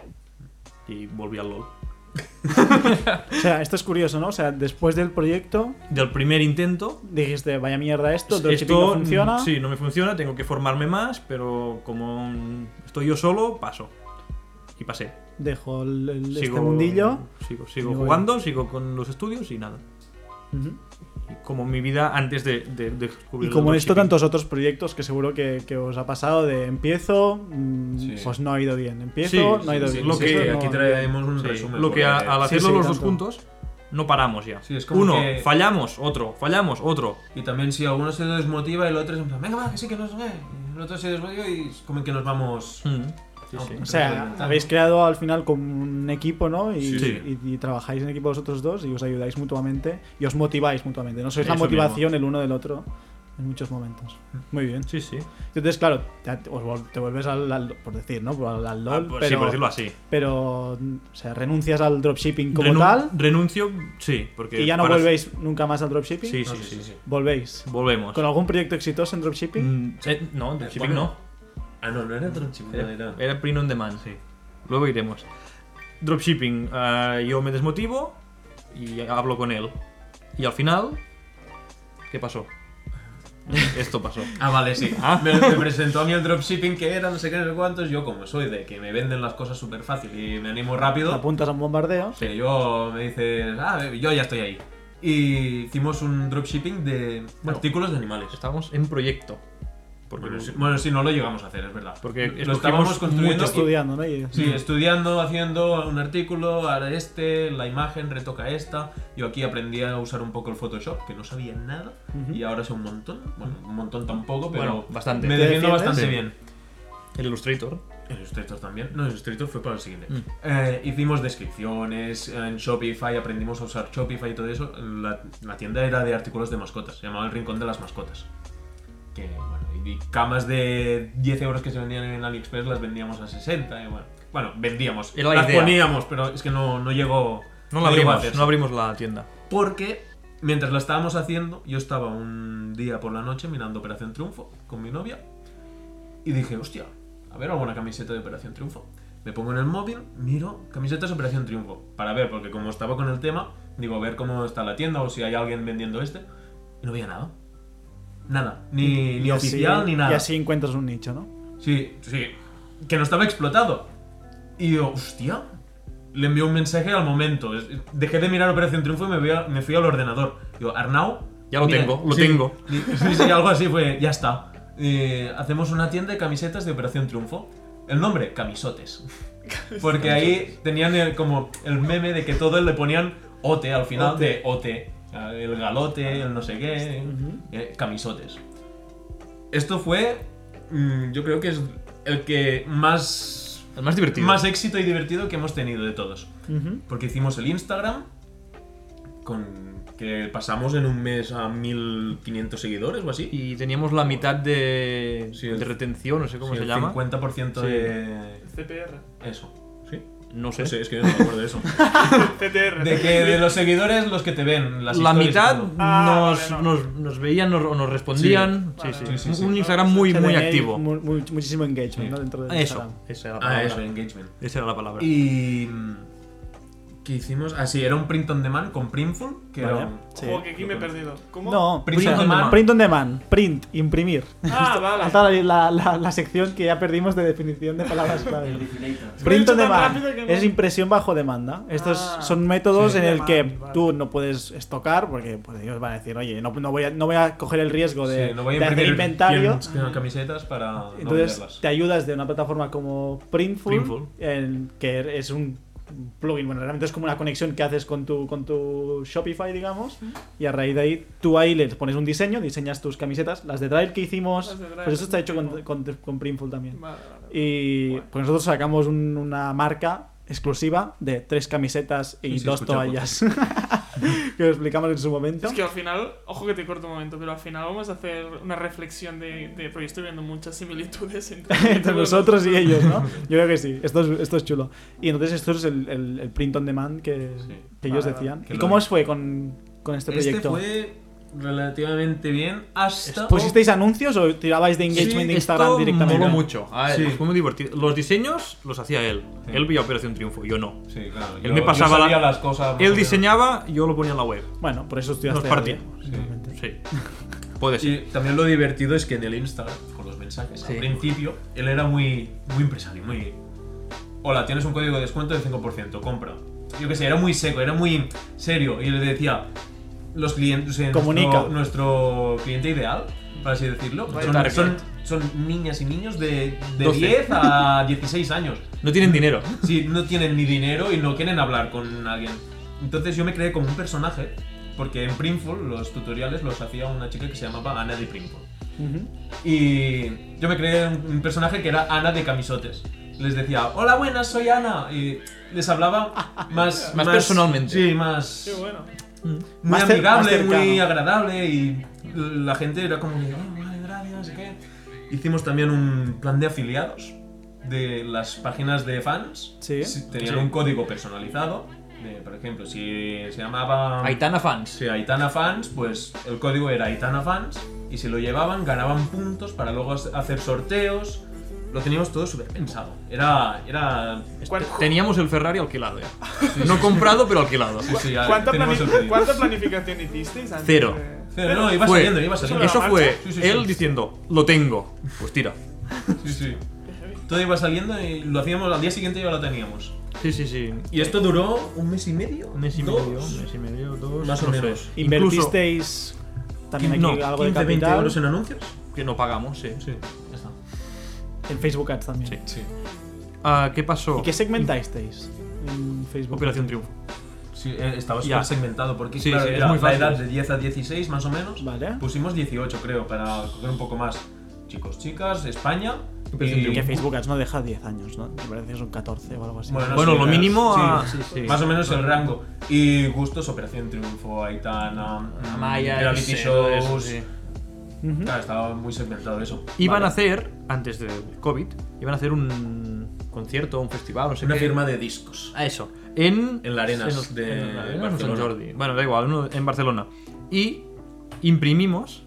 Y volví al LOL. O sea, esto es curioso, ¿no? O sea, después del proyecto Del primer intento, dijiste, vaya mierda esto, el dropshipping esto mm, no funciona. Sí, no me funciona, tengo que formarme más, pero como mm, estoy yo solo, paso. Y pasé. Dejo el, el- Sigo, este mundillo. Sigo, sigo Digo, jugando, sigo con los estudios y nada. Ujú. Y como mi vida antes de, de- de descubrir Y el como esto, dropshipping. tantos otros proyectos que seguro que, que os ha pasado de empiezo, mm, Sí. pues no ha ido bien. Empiezo, Sí, no ha sí, ido sí, bien. lo sí, que- sí, Empiezo, aquí no ha ido bien. traemos un Sí, resumen. Lo que a- porque- al Sí, hacerlo sí, los dos tanto. juntos, no paramos ya. Sí, es como Uno, que- fallamos, otro, fallamos, otro. Y también si alguno se desmotiva, el otro es en plan, venga, va, que sí, que no sé qué". El otro se desmotiva y es como que nos vamos... Mm, sí, No, sí. O sea, habéis creado al final como un equipo, ¿no? Y, Sí. y- y trabajáis en equipo vosotros dos y os ayudáis mutuamente y os motiváis mutuamente. No sois la Eso motivación el uno del otro en muchos momentos. Muy bien. Sí, sí. Entonces, claro, te, te- os vol- te vuelves al, al- por decir, ¿no? Al, al LOL, Ah, pues sí, pero, por decirlo así. pero, o sea, renuncias al dropshipping como Renun- tal Renuncio, sí, porque. y ya no para- volvéis nunca más al dropshipping. Sí, No, sí, sí. Volvéis. Volvemos. ¿Con algún proyecto exitoso en dropshipping? Mm, eh, no, dropshipping no. Bueno, Ah, no, no era dropshipping, no Era, era... era print on demand, sí. Luego iremos. Dropshipping, ah, yo me desmotivo y hablo con él. Y al final, ¿qué pasó? Esto pasó. Ah, vale, sí. Me, me presentó a mí el dropshipping que era, no sé qué, no sé cuántos. Yo, como soy de que me venden las cosas súper fácil y me animo Te rápido, apuntas a un bombardeo. Sí, yo me dices, ah, yo ya estoy ahí. Y hicimos un dropshipping de Bueno, artículos de animales. Estábamos en proyecto. Porque Bueno sí, bueno, sí, no lo llegamos a hacer, es verdad. Porque lo escogimos estábamos construyendo. mucho estudio. Estudiando, ¿no? Y- Sí, estudiando, haciendo un artículo, ahora este, la imagen, retoca esta. Yo aquí aprendí a usar un poco el Photoshop, que no sabía nada, y ahora sé un montón. Bueno, un montón tampoco, pero Bueno, bastante. me ¿Te defiendo defiendes? Sí. bastante bien. el Illustrator. El Illustrator también. No, el Illustrator fue para el siguiente. Mm. Eh, hicimos descripciones eh, en Shopify, aprendimos a usar Shopify y todo eso. La, la tienda era de artículos de mascotas, se llamaba el Rincón de las Mascotas. Que, bueno, y, y camas de 10 euros que se vendían en AliExpress las vendíamos a 60. y bueno, bueno, vendíamos. Era la las idea. poníamos, pero es que no, no llegó. No la llegó a abrimos, hacerse. no abrimos la tienda. Porque mientras la estábamos haciendo, yo estaba un día por la noche mirando Operación Triunfo con mi novia y dije, hostia, a ver alguna camiseta de Operación Triunfo. Me pongo en el móvil, miro camisetas de Operación Triunfo para ver, porque como estaba con el tema, digo, a ver cómo está la tienda o si hay alguien vendiendo este. Y no veía nada. Nada, ni, ni y así- oficial ni nada. Y así encuentras un nicho, ¿no? Sí, sí. Que no estaba explotado. Y yo, hostia. Le envié un mensaje al momento. Es- Dejé de mirar Operación Triunfo y me fui, a- me fui al ordenador. Digo, Arnau. Ya lo mira, tengo, lo sí, tengo. Sí, sí, sí, algo así fue. Ya está. Eh, hacemos una tienda de camisetas de Operación Triunfo. El nombre, camisotes. Porque ahí tenían el- como el meme de que todos le ponían OT al final de OT. El galote, el no sé qué. eh, camisotes. Esto fue, mm, yo creo que es el que más, El más divertido. más éxito y divertido que hemos tenido de todos. Ujú. Porque hicimos el Instagram, con que pasamos en un mes a 1500 seguidores o así. Y teníamos la mitad de, Sí, el- de retención, no sé cómo Sí, se el llama. 50% Sí. de CPR. eso. ¿Sí? No sé. No sé, es que yo no me acuerdo de eso. CTR. De que de los seguidores, los que te ven, las la historias y mitad todo. Ah, nos, vale, no. nos, nos veían nos- o nos respondían. Sí, Sí. sí. Vale, sí, sí, Un sí. Instagram muy, O sea, muy teníais activo. mu- mu- muchísimo engagement, Sí. ¿no? Dentro de Eso. Esa era la Ah, palabra. eso, engagement. Esa era la palabra. Y... mm, ¿Qué hicimos? Ah, sí, era un print on demand con Printful, que Vale. era un- Sí. Ojo, que aquí me he perdido. ¿Cómo? No, Print print, on on demand. demand. Print on demand. Print, imprimir. Ah, vale. Hasta la, la- la- la sección que ya perdimos de definición de palabras clave. que lo he print hecho on tan demand rápido que no- es impresión bajo demanda. Estos Ah, son métodos sí. en el que Demand, vale. tú no puedes estocar porque pues, ellos van a decir, oye, no, no voy a, no voy a coger el riesgo de, Sí, no voy a de hacer imprimir inventario. 100 camisetas para no Entonces venderlas. te ayudas de una plataforma como Printful, Printful. en- que es un plugin, bueno, realmente es como una conexión que haces con tu, con tu Shopify, digamos, y a raíz de ahí tú ahí le pones un diseño, diseñas tus camisetas, las de Trail que hicimos, Las de Drive. pues eso está hecho con, con, con Printful también. Vale, vale. Y pues nosotros sacamos un- una marca exclusiva de tres camisetas y Sí, sí, dos escucha, toallas. que lo explicamos en su momento. Es que al final, ojo que te corto un momento, pero al final vamos a hacer una reflexión de, de porque estoy viendo muchas similitudes entre, entre nosotros y ellos, ¿no? Yo creo que sí, esto es, esto es chulo. Y entonces esto es el, el- el print on demand que, Sí. que ellos Vale, decían. que ¿Y lo- cómo os fue con, con este Este proyecto? fue relativamente bien hasta... Pues ¿Pusisteis anuncios o tirabais de engagement Sí, de Instagram esto directamente? moló mucho. A ver, Sí. Fue muy divertido. Los diseños los hacía él. Sí. Él veía Operación Triunfo, yo no. Sí, claro. Él me pasaba sabía la- las cosas. más o Él menos. diseñaba, yo lo ponía en la web. Bueno, por eso Nos estudiaste. arte. partimos. Sí. Puede ser. Y también lo divertido es que en el Instagram, con los mensajes, Sí. al principio, él era muy, muy empresario, muy... Hola, tienes un código de descuento del 5%, compra. Yo qué sé, era muy seco, era muy serio. Y le decía, los clientes... o sea, Comunica. Nuestro, nuestro cliente ideal, por así decirlo, son, target. son, son niñas y niños de, de 12. 10 a 16 años. No tienen dinero. Sí, no tienen ni dinero y no quieren hablar con alguien. Entonces yo me creé como un personaje, porque en Printful los tutoriales los hacía una chica que se llamaba Ana de Printful. Ujú. Y yo me creé un un personaje que era Ana de Camisotes. Les decía, hola buenas, soy Ana. Y les hablaba más, Más personalmente. Sí, más, Qué bueno. muy Más cer- amigable, más cercano. muy agradable. Y la gente era como, "Ah, vale, gracias, no sé qué. Hicimos también un plan de afiliados de las páginas de fans. Sí. Sí, Tenían Sí. un código personalizado. de, por ejemplo, si se llamaba. Aitana fans. Sí, Aitana Fans, pues el código era Aitana Fans y si lo llevaban ganaban puntos para luego hacer sorteos. Lo teníamos todo súper pensado. Era... era... ¿Cuán- Teníamos el Ferrari alquilado ya. No comprado, pero alquilado. Sí, sí, ya ¿Cuánta, tenemos plani- el pedido. cuánta planificación hicisteis antes? Cero. de- Cero, no, iba Fue- saliendo, iba saliendo. Ah, Eso ¿La fue marcha? Sí, sí, sí. él diciendo, lo tengo. Pues tira. Sí, sí. Todo iba saliendo y lo hacíamos, al día siguiente ya lo teníamos. Sí, sí, sí. Y esto duró un mes y medio. Un mes y dos. medio, un mes y medio, dos. Más o no sé. menos. Incluso ¿Invertisteis también aquí no, algo de 15, 20 capital? euros en anuncios. que no pagamos, sí. Sí, ya está. En Facebook Ads también. Sí. Sí. Ah, ¿Qué pasó? ¿Y qué segmentasteis en Facebook? Operación Triunfo. Sí, eh, estaba Ya. súper segmentado porque Sí, claro, sí, es era muy la fácil. edad de 10 a 16 más o menos. Vale. Pusimos 18 creo, para coger un poco más. Chicos, chicas, España. Pero y- sin Eh, Que Facebook Ads no deja 10 años, ¿no? Me parece que son 14 o algo así. no Bueno, sé, lo era- mínimo sí, a- sí, sí. Más o menos el rango. Y gustos, Operación Triunfo, Aitana, mm, Amaya, Reality Eliseo, Shows. eso, sí. Ujú. Claro, estaba muy segmentado eso. Iban Vale. a hacer, antes del COVID, iban a hacer un concierto, un festival, no sé Una qué. firma de discos. A eso. En, En la Arenas los- de en la Arenas o San Barcelona. Jordi. Bueno, da igual, uno en Barcelona. Y imprimimos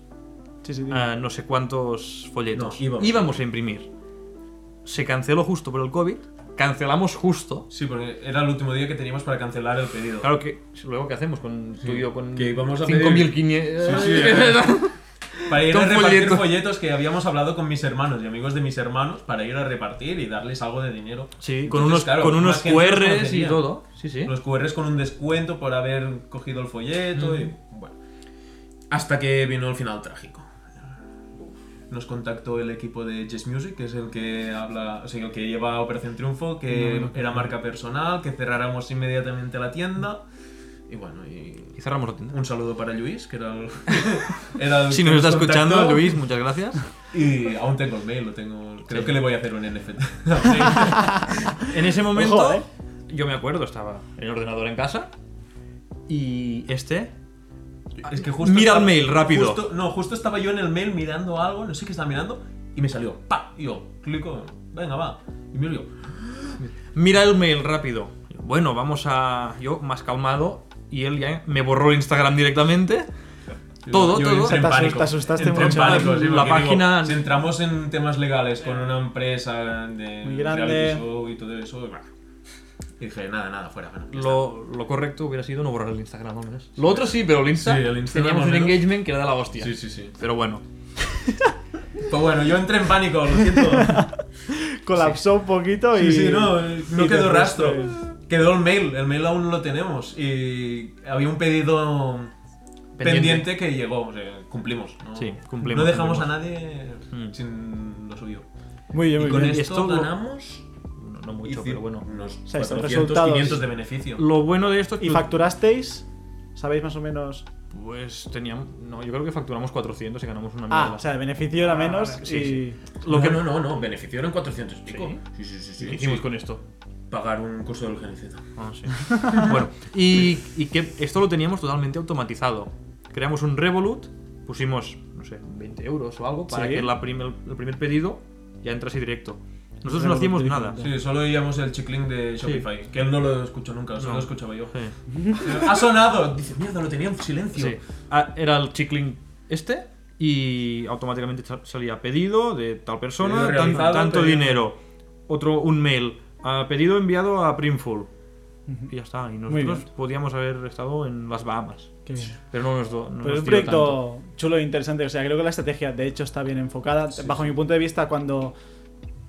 Sí, sí, sí. ah, no sé cuántos folletos. No, íbamos. a imprimir. Se canceló justo por el COVID. Cancelamos justo. Sí, porque era el último día que teníamos para cancelar el pedido. Claro que luego qué hacemos con tú y yo con Que íbamos a 5500 Sí, sí. Para ir a Con repartir folleto. folletos que habíamos hablado con mis hermanos y amigos de mis hermanos para ir a repartir y darles algo de dinero. Sí, con Entonces, unos claro, con más unos gente nos QRs y conocería. todo. Sí, sí. Los QRs con un descuento por haber cogido el folleto y bueno. Hasta que vino el final trágico. Nos contactó el equipo de Jess Music, que es el que habla, o sea, el que lleva Operación Triunfo, que era marca personal, que cerráramos inmediatamente la tienda. Y bueno, y Y cerramos la tienda. un saludo para Luis, que era el, era el Si que nos está contactó. escuchando, Luis, muchas gracias. Y aún tengo el mail, lo tengo. Creo Sí. que le voy a hacer un NFT. En ese momento, Ojo, ¿eh? yo me acuerdo, estaba el ordenador en casa y este es que justo. Mira el mail, rápido. justo- no, justo estaba yo en el mail mirando algo, no sé qué estaba mirando, y me salió. ¡Pa! Y yo, clico, venga, va. Y miro yo. mira el mail rápido. Bueno, vamos a yo más calmado y él ya me borró el Instagram directamente. Todo, yo todo. entré en Te asus- pánico. te asustaste Entré en mucho. pánico, sí, La porque digo, página- si entramos en temas legales con una empresa de Muy grande. reality show y todo eso, bah. y dije, nada, nada, fuera, fuera. ya Lo, lo correcto hubiera sido no borrar el Instagram al menos. Lo otro sí, pero el Insta Sí, el Instagram teníamos al un menos. engagement que era de la está. hostia. Sí, sí, sí. Pero bueno, Pues bueno, yo entré en pánico, lo siento. Colapsó un poquito y. Sí, sí, no, eh, no y quedó te rastro. fuiste. Quedó el mail, el mail aún lo tenemos. Y había un pedido pendiente, Pendiente. que llegó, o sea, cumplimos. ¿no? Sí, cumplimos, No dejamos cumplimos. a nadie Mm. sin lo suyo. Muy bien, Y muy con bien. esto, esto lo- ganamos no, no mucho, hici- pero bueno. unos sea, estos 400, resultados- 500 de beneficio. Lo bueno de esto es que ¿Y facturasteis? ¿Sabéis más o menos? pues teníamos no, yo creo que facturamos 400 y ganamos una Ah, mierda. o sea, el beneficio era Ah, menos vale, sí, y. lo no, que no, no, no, beneficio eran 400 y pico. Sí, sí, sí. sí, ¿Qué hicimos sí. con esto? pagar un curso del GNZ. Ah, sí. bueno, y, y que esto lo teníamos totalmente automatizado. Creamos un Revolut, pusimos, no sé, 20 euros o algo para Sí. que la prim- el primer pedido ya entrase directo. Nosotros no Revolut hacíamos directo, nada. ya. Sí, solo oíamos el chiclink de Shopify, que él no lo escuchó nunca, solo No. lo escuchaba yo. Sí, ¡Ha sonado! Dice, mierda, lo tenía en silencio. sí. Ah, era el chiclink este y automáticamente sal- salía pedido de tal persona, Pedido tan- realizado, tanto pedido- dinero, otro un mail, ah, pedido enviado a Printful. Y ya está, y Muy nosotros bien. podíamos haber estado en las Bahamas. Qué bien. Pero no nos, do- no Pero nos es un tiró proyecto tanto. chulo e interesante. O sea, creo que la estrategia, de hecho, está bien enfocada. Bajo mi punto de vista, cuando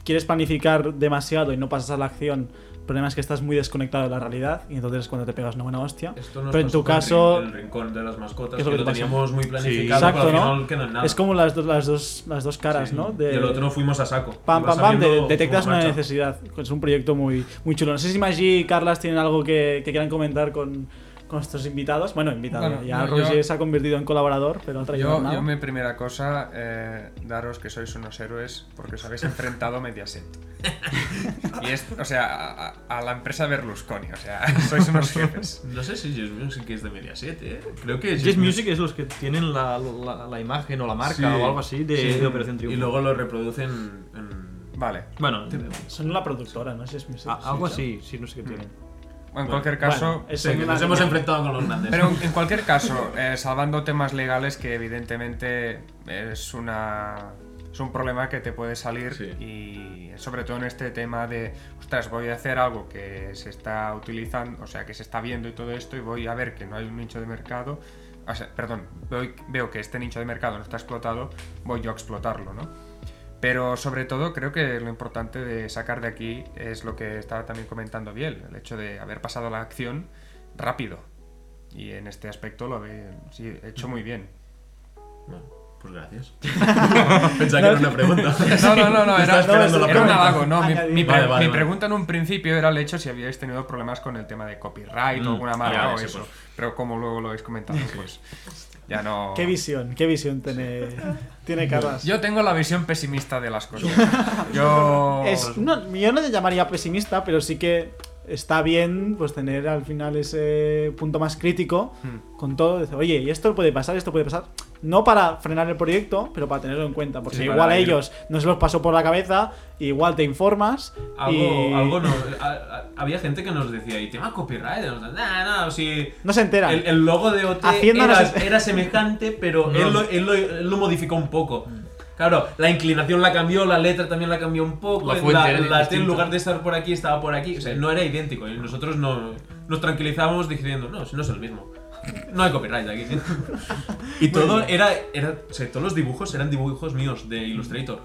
quieres planificar demasiado y no pasas a la acción, el problema es que estás muy desconectado de la realidad y entonces es cuando te pegas una buena hostia. Esto nos Pero en pasó tu con caso, el rincón de las mascotas, es lo que lo, que te pasa. teníamos muy planificado, exacto, pero al ¿no? final que no es nada. es como las, dos- las, dos, las dos caras, Sí. ¿no? Y el otro fuimos a saco. Pam, Ibas pam, pam, de- sabiendo detectas cómo una marcha. necesidad. Es un proyecto muy, muy chulo. No sé si Maggi y Carlas tienen algo que, que quieran comentar con, con nuestros invitados. Bueno, invitados. Bueno, ya no, Roger yo- se ha convertido en colaborador, pero ha traído Yo, jornada. yo mi primera cosa, eh, daros que sois unos héroes porque os habéis enfrentado a Mediaset. Y es, o sea, a, a- a la empresa Berlusconi, o sea, sois unos jefes. No sé si Just Music es de Mediaset, ¿eh? Creo que Jazz Music es los que tienen la, la- la imagen o la marca Sí, o algo así de, sí. de Operación Triunfo. Y luego lo reproducen en... Vale. Bueno, eh, Son una productora, no sé si es a- algo así, sí, no sé qué tienen. En cualquier caso, Bueno, es Sí, que una- nos hemos enfrentado con los grandes. Pero en cualquier caso, eh, salvando temas legales que evidentemente es una es un problema que te puede salir Sí. y sobre todo en este tema de, ostras, voy a hacer algo que se está utilizando, o sea, que se está viendo y todo esto y voy a ver que no hay un nicho de mercado, o sea, perdón, voy- veo que este nicho de mercado no está explotado, voy yo a explotarlo, ¿no? Pero sobre todo creo que lo importante de sacar de aquí es lo que estaba también comentando Biel, el hecho de haber pasado la acción rápido. Y en este aspecto lo habéis sí, hecho muy bien. Bueno, pues gracias. Pensaba que era una pregunta. No, no, no, no, Estaba era, esperando no, la es- era un pregunta. halago, no. Mi, mi pre- Vale, vale, mi vale. pregunta en un principio era el hecho si habíais tenido problemas con el tema de copyright o alguna marca Mm, ya, o sí, eso. pues. Pero como luego lo habéis comentado, pues ya no. Qué visión, qué visión tiene, tiene Carras. Yo tengo la visión pesimista de las cosas. Yo. Es- no, yo no te llamaría pesimista, pero sí que está bien pues tener al final ese punto más crítico Hmm. con todo. Decir, Oye, y esto puede pasar, esto puede pasar. No para frenar el proyecto, pero para tenerlo en cuenta. Porque Sí, para igual a ir- ellos no se los pasó por la cabeza, igual te informas. Algo, y algo no. a- a- había gente que nos decía, ¿y tema copyright? No, no, no, si. no se enteran. El, el logo de OT Hacienda era, no se- era semejante, pero No. él, lo, él lo- él lo modificó un poco. Claro, la inclinación la cambió, la letra también la cambió un poco. La fuente era la T en distinta. lugar de estar por aquí estaba por aquí. O sea, no era idéntico. Y nosotros no, nos tranquilizábamos diciendo, no, si no es el mismo. No hay copyright aquí. y todo era, era. O sea, todos los dibujos eran dibujos míos de Illustrator.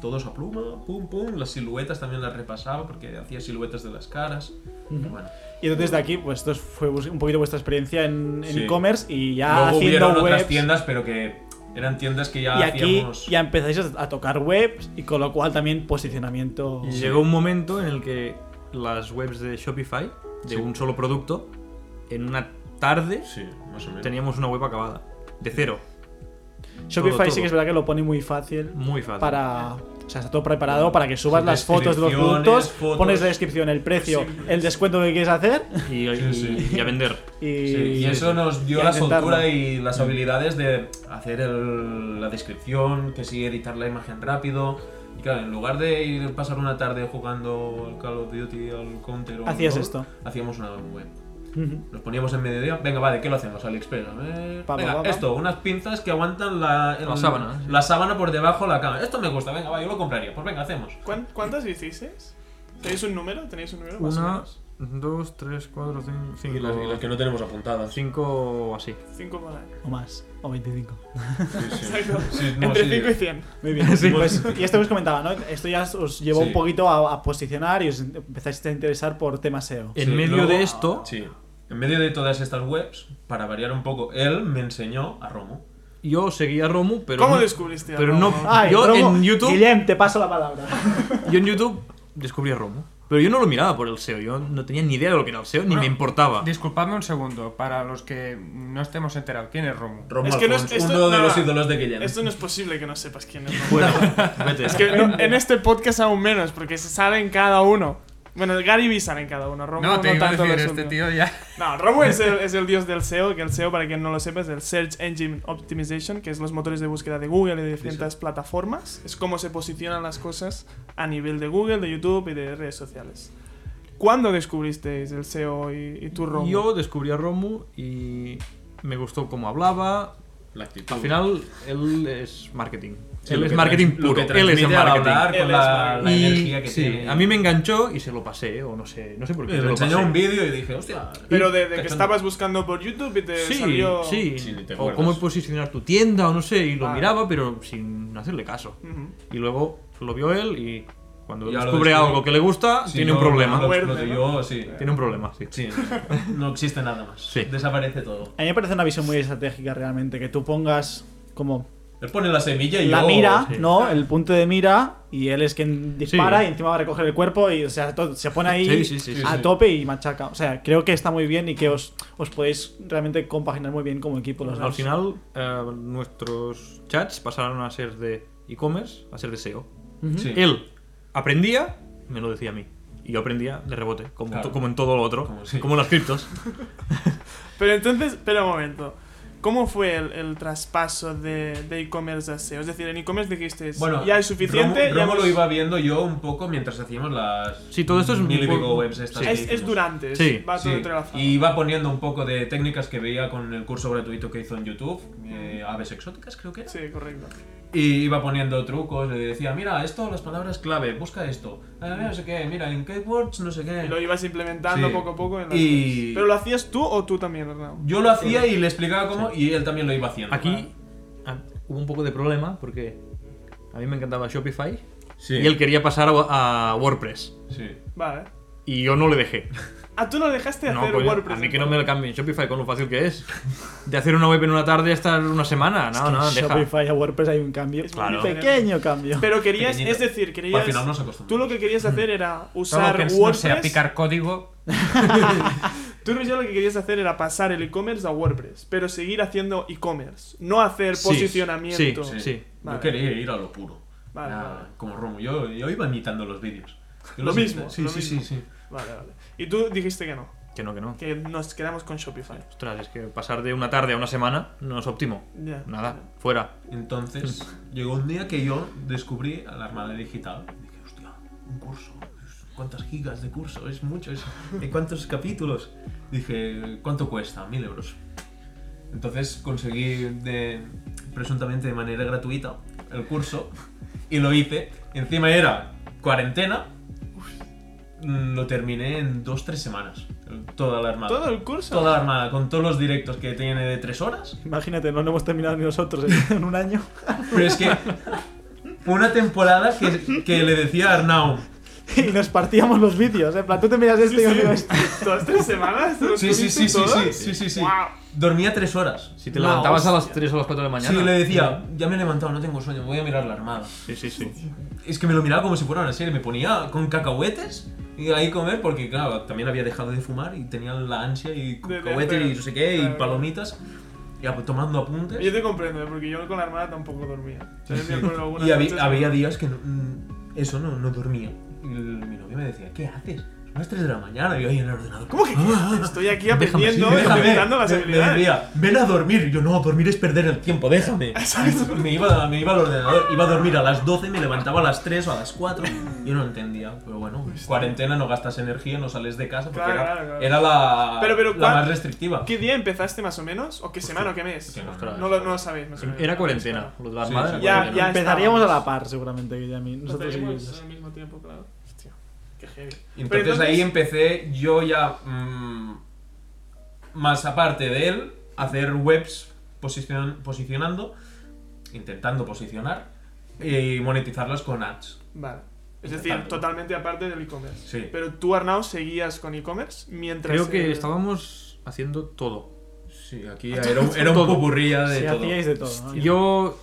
Todos a pluma, pum, pum. Las siluetas también las repasaba porque hacía siluetas de las caras. Bueno. Y entonces de aquí, pues esto fue bus- un poquito vuestra experiencia en en Sí. e-commerce y ya Luego haciendo hubieron otras webs. tiendas, pero que eran tiendas que ya y aquí hacíamos. ya empezáis a a tocar webs y con lo cual también posicionamiento. Mm. Y Llegó un momento en el que las webs de Shopify, de un solo producto, en una tarde Sí, más o menos. teníamos una web acabada. De cero. Shopify todo, todo. sí que es verdad que lo pone muy fácil Muy fácil. para. O sea, está todo preparado para que subas Sí, las fotos de los descripciones, productos, fotos. pones la descripción, el precio, el descuento que quieres hacer Y, y- sí. y a vender. y. Sí, y eso nos dio y la intentarlo. soltura Mm. y las habilidades de hacer el- la descripción, que sí, editar la imagen rápido. Y claro, en lugar de ir pasar una tarde jugando al Call of Duty, al Counter o al Hacías LoL, esto. Hacíamos una web. Ujú. Nos poníamos en mediodía, venga, vale, ¿qué lo hacemos? Aliexpress, a ver. Pa, pa, venga, pa, pa. esto, unas pinzas que aguantan la, el- La sábana, sí. la sábana por debajo de la cama. Esto me gusta, venga, va, yo lo compraría. Pues venga, hacemos. ¿Cuán- ¿Cuántas hicisteis? ¿Tenéis un número? ¿Tenéis un número? Más o Una, menos? dos, tres, cuatro, cinco. Y las, y las que no tenemos apuntadas. Cinco así. Cinco por ahí. O más, o 25. Exacto. Sí, no, Entre sí. 5 y 100. Muy bien. Sí. Pues, y esto que os comentaba, ¿no? Esto ya os llevó Sí. un poquito a, a posicionar y os empezáis a interesar por temas E SEO. En Sí, medio luego- de esto, Sí. En medio de todas estas webs, para variar un poco, él me enseñó a Romo. yo seguía a Romu, pero. ¿Cómo no- descubriste a Pero Romu? no. Ay, yo Romo, en YouTube. Guillem, te paso la palabra. Yo en YouTube descubrí a Romo. Pero yo no lo miraba por el SEO. Yo no tenía ni idea de lo que era el SEO, ni Bueno, me importaba. Ah. Disculpadme un segundo, para los que no estemos enterados, ¿quién es Romo? Romo Es que no es- Alfons, esto- uno de no, los no. ídolos de Guillén. Esto no es posible que no Pues, sepas quién es Romu. Bueno, vete. Es que no- en este podcast aún menos, porque se sale en cada uno. Bueno, Gary Bissan en cada uno. Romo No, te iba a tanto decir, lo este suyo. tío ya. No, Romo es el, es el dios del SEO, que el SEO, para quien no lo sepa, es el Search Engine Optimization, que es los motores de búsqueda de Google y de distintas plataformas. Es cómo se posicionan las cosas a nivel de Google, de YouTube y de redes sociales. ¿Cuándo descubristeis el SEO y, y tú, Romo? Yo descubrí a Romu y me gustó cómo hablaba. La actitud. Al final, él es marketing. Sí, él lo es que marketing trans- lo puro. que Él es el transmite al marketing. hablar Él con es la, la Y- energía que sí, tiene. a mí me enganchó y se lo pasé, o no sé, no sé por qué. Eh, Le se lo enseñó pasé. un vídeo y dije, hostia. Pero de, de que Cachando. estabas buscando por YouTube y te Sí, salió... sí. Sí, te o acuerdas. cómo posicionar tu tienda, o no sé, y lo Ah. miraba, pero sin hacerle caso. Ujú. Y luego lo vio él y cuando Ya lo descubre descubrió. algo que le gusta, si tiene no- un problema. no lo Muerte, exploto yo, sí. Tiene un problema, sí. Sí, no existe nada más. Sí. Desaparece todo. A mí me parece una visión muy estratégica realmente, que tú pongas como Él pone la semilla y la yo- mira, sí. ¿no? El punto de mira y él es quien dispara Sí. y encima va a recoger el cuerpo y o sea, todo- se pone ahí Sí, sí, sí, sí, a sí. tope y machaca. O sea, creo que está muy bien y que os, os podéis realmente compaginar muy bien como equipo Pues los Al dos. final, eh, nuestros chats pasaron a ser de e-commerce a ser de SEO. Ujú. Sí. Él aprendía, me lo decía a mí. Y yo aprendía de rebote, como, Claro. to- como en todo lo otro, Como sí. como en las criptos. Pero entonces, espera un momento. ¿Cómo fue el, el traspaso de de e-commerce a SEO? Es decir, en e-commerce dijisteis, ya es suficiente. Romo, ya Romo hemos- lo iba viendo yo un poco mientras hacíamos las Sí, todo esto es mil y un- pico webs estas que Es, es hicimos. durante, es- Sí, va todo Sí, entrelazado. Y va poniendo un poco de técnicas que veía con el curso gratuito que hizo en YouTube, eh, Aves Exóticas creo que era. Sí, correcto. Y iba poniendo trucos, le decía, mira, esto, las palabras clave, busca esto, Ah, no sé qué, mira, en keywords, no sé Y lo qué. ibas implementando Sí. poco a poco. En las Y- redes. Pero lo hacías tú o tú también, Arnau. Yo lo hacía y le explicaba cómo, y él también lo iba haciendo. Aquí ah, hubo un poco de problema porque a mí me encantaba Shopify Sí. y él quería pasar a, a WordPress. Sí. Vale. Y yo no le dejé. Ah, tú no dejaste No, hacer coño, WordPress. a mí que no me lo cambien Shopify con lo fácil que es. De hacer una web en una tarde hasta una semana. No, no, deja. Shopify a WordPress hay un cambio. Es Claro. Un pequeño cambio. Pero querías, Pequeñito. es decir, Al querías. final nos acostumbramos. Mm. Tú lo que querías hacer era Todo usar que no WordPress. sea picar código. Tú, Roger, lo que querías hacer era pasar el e-commerce a WordPress, pero seguir haciendo e-commerce, no hacer Sí, posicionamiento. sí, sí. Vale. Yo quería ir a lo puro. Vale, Ah, vale. Como Romo, yo, yo iba imitando los vídeos. Lo Yo los mismo, imita- Sí, lo sí, mismo. sí, sí. Vale, vale. Y tú dijiste que no, Que no, que no. que nos quedamos con Shopify. Ostras, es que pasar de una tarde a una semana no es óptimo. Ya. Nada, fuera. Entonces, llegó un día que yo descubrí la armada digital. Dije, hostia, un curso. ¿Cuántas gigas de curso? Es mucho. Es... ¿Y cuántos capítulos? Dije, ¿cuánto cuesta? Mil euros. Entonces conseguí, de, presuntamente de manera gratuita, el curso y lo hice. Encima era cuarentena. Mm, Lo terminé en dos, tres semanas. el- Toda la armada. Todo el curso. Toda la armada, con todos los directos que tiene de tres horas. Imagínate, no lo hemos terminado ni nosotros en- en un año. Pero es que una temporada que, que le decía a Arnau. y nos partíamos los vídeos. ¿eh? En plan, tú te miras esto y yo miro esto. ¿Todas tres semanas? ¿Te lo Sí, sí, sí, comiste sí, todo? sí, sí, sí, sí. Guau. Dormía tres horas. Si te No, levantabas a las 3 o las 4 de la Sí, mañana. le decía, ya me he levantado, no tengo sueño, voy a mirar la armada. Sí, sí, sí. Es que me lo miraba como si fuera una serie, me ponía con cacahuetes y ahí comer porque, claro, también había dejado de fumar y tenía la ansia y De- de cacahuetes y hacer- no sé qué, y claro. palomitas, y ap- tomando apuntes. Yo te comprendo, ¿eh? porque yo con la hermana tampoco dormía. Yo me acuerdo algunas Y habí- noches- había días que no- mm, eso no, no dormía. Y el- mi novia me decía, ¿qué haces? Son las 3 de la mañana. Y yo ahí en el ordenador. "Ah, ¿Cómo que qué? Estoy aquí aprendiendo y déjame. aprendiendo las Me- Me habilidades. decía, ven a dormir. Y yo, no, dormir es perder el tiempo, déjame. me, iba, me iba al ordenador, iba a dormir a las 12, me levantaba a las 3 o a las 4. Yo no entendía, pero bueno, cuarentena, no gastas energía, no sales de casa, porque Pues Claro, era, claro, claro. era la, Pero- pero la ¿cuál- más restrictiva. ¿Qué día empezaste más o menos? ¿O qué semana o qué mes? que no, Ostras. No lo, no lo sabéis más o menos. Era cuarentena. Lo de la Sí, armada sí. era Ya, cuarentena. ya. Empezaríamos a estábamos. la par, seguramente, Guillermo. Nos Nosotros y teníamos ellos. al mismo tiempo, claro. Hostia, qué heavy. Y Pero Entonces, ahí empecé yo ya, mm, más aparte de él, a hacer webs posicion- posicionando, intentando posicionar y monetizarlas con ads. Vale. Es Intentando. decir, totalmente aparte del e-commerce. Sí. Pero tú, Arnau, seguías con e-commerce mientras. Creo que eh, estábamos haciendo todo. Sí, aquí era un, era un popurrí ya de Sí, todo. hacíais de todo. ¿no? Yo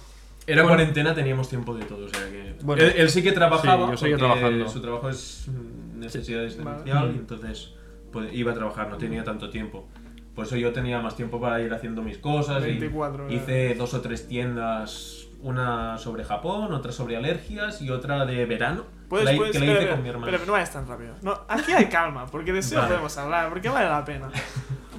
Era Bueno. cuarentena, teníamos tiempo de todo. O sea que... Bueno. él, él sí que trabajaba, Sí, yo seguía porque trabajando. su trabajo es mm, necesidad existencial, Vale. y entonces pues, iba a trabajar, no tenía tanto tiempo. Por eso yo tenía más tiempo para ir haciendo mis cosas. y 24 horas. hice dos o tres tiendas, una sobre Japón, otra sobre alergias y otra de verano. Puedes, Que la- puedes, que la espera, hice espera, con mi hermano. espera, pero no vayas tan rápido. No, aquí hay calma, porque de eso Vale. podemos hablar, porque vale la pena.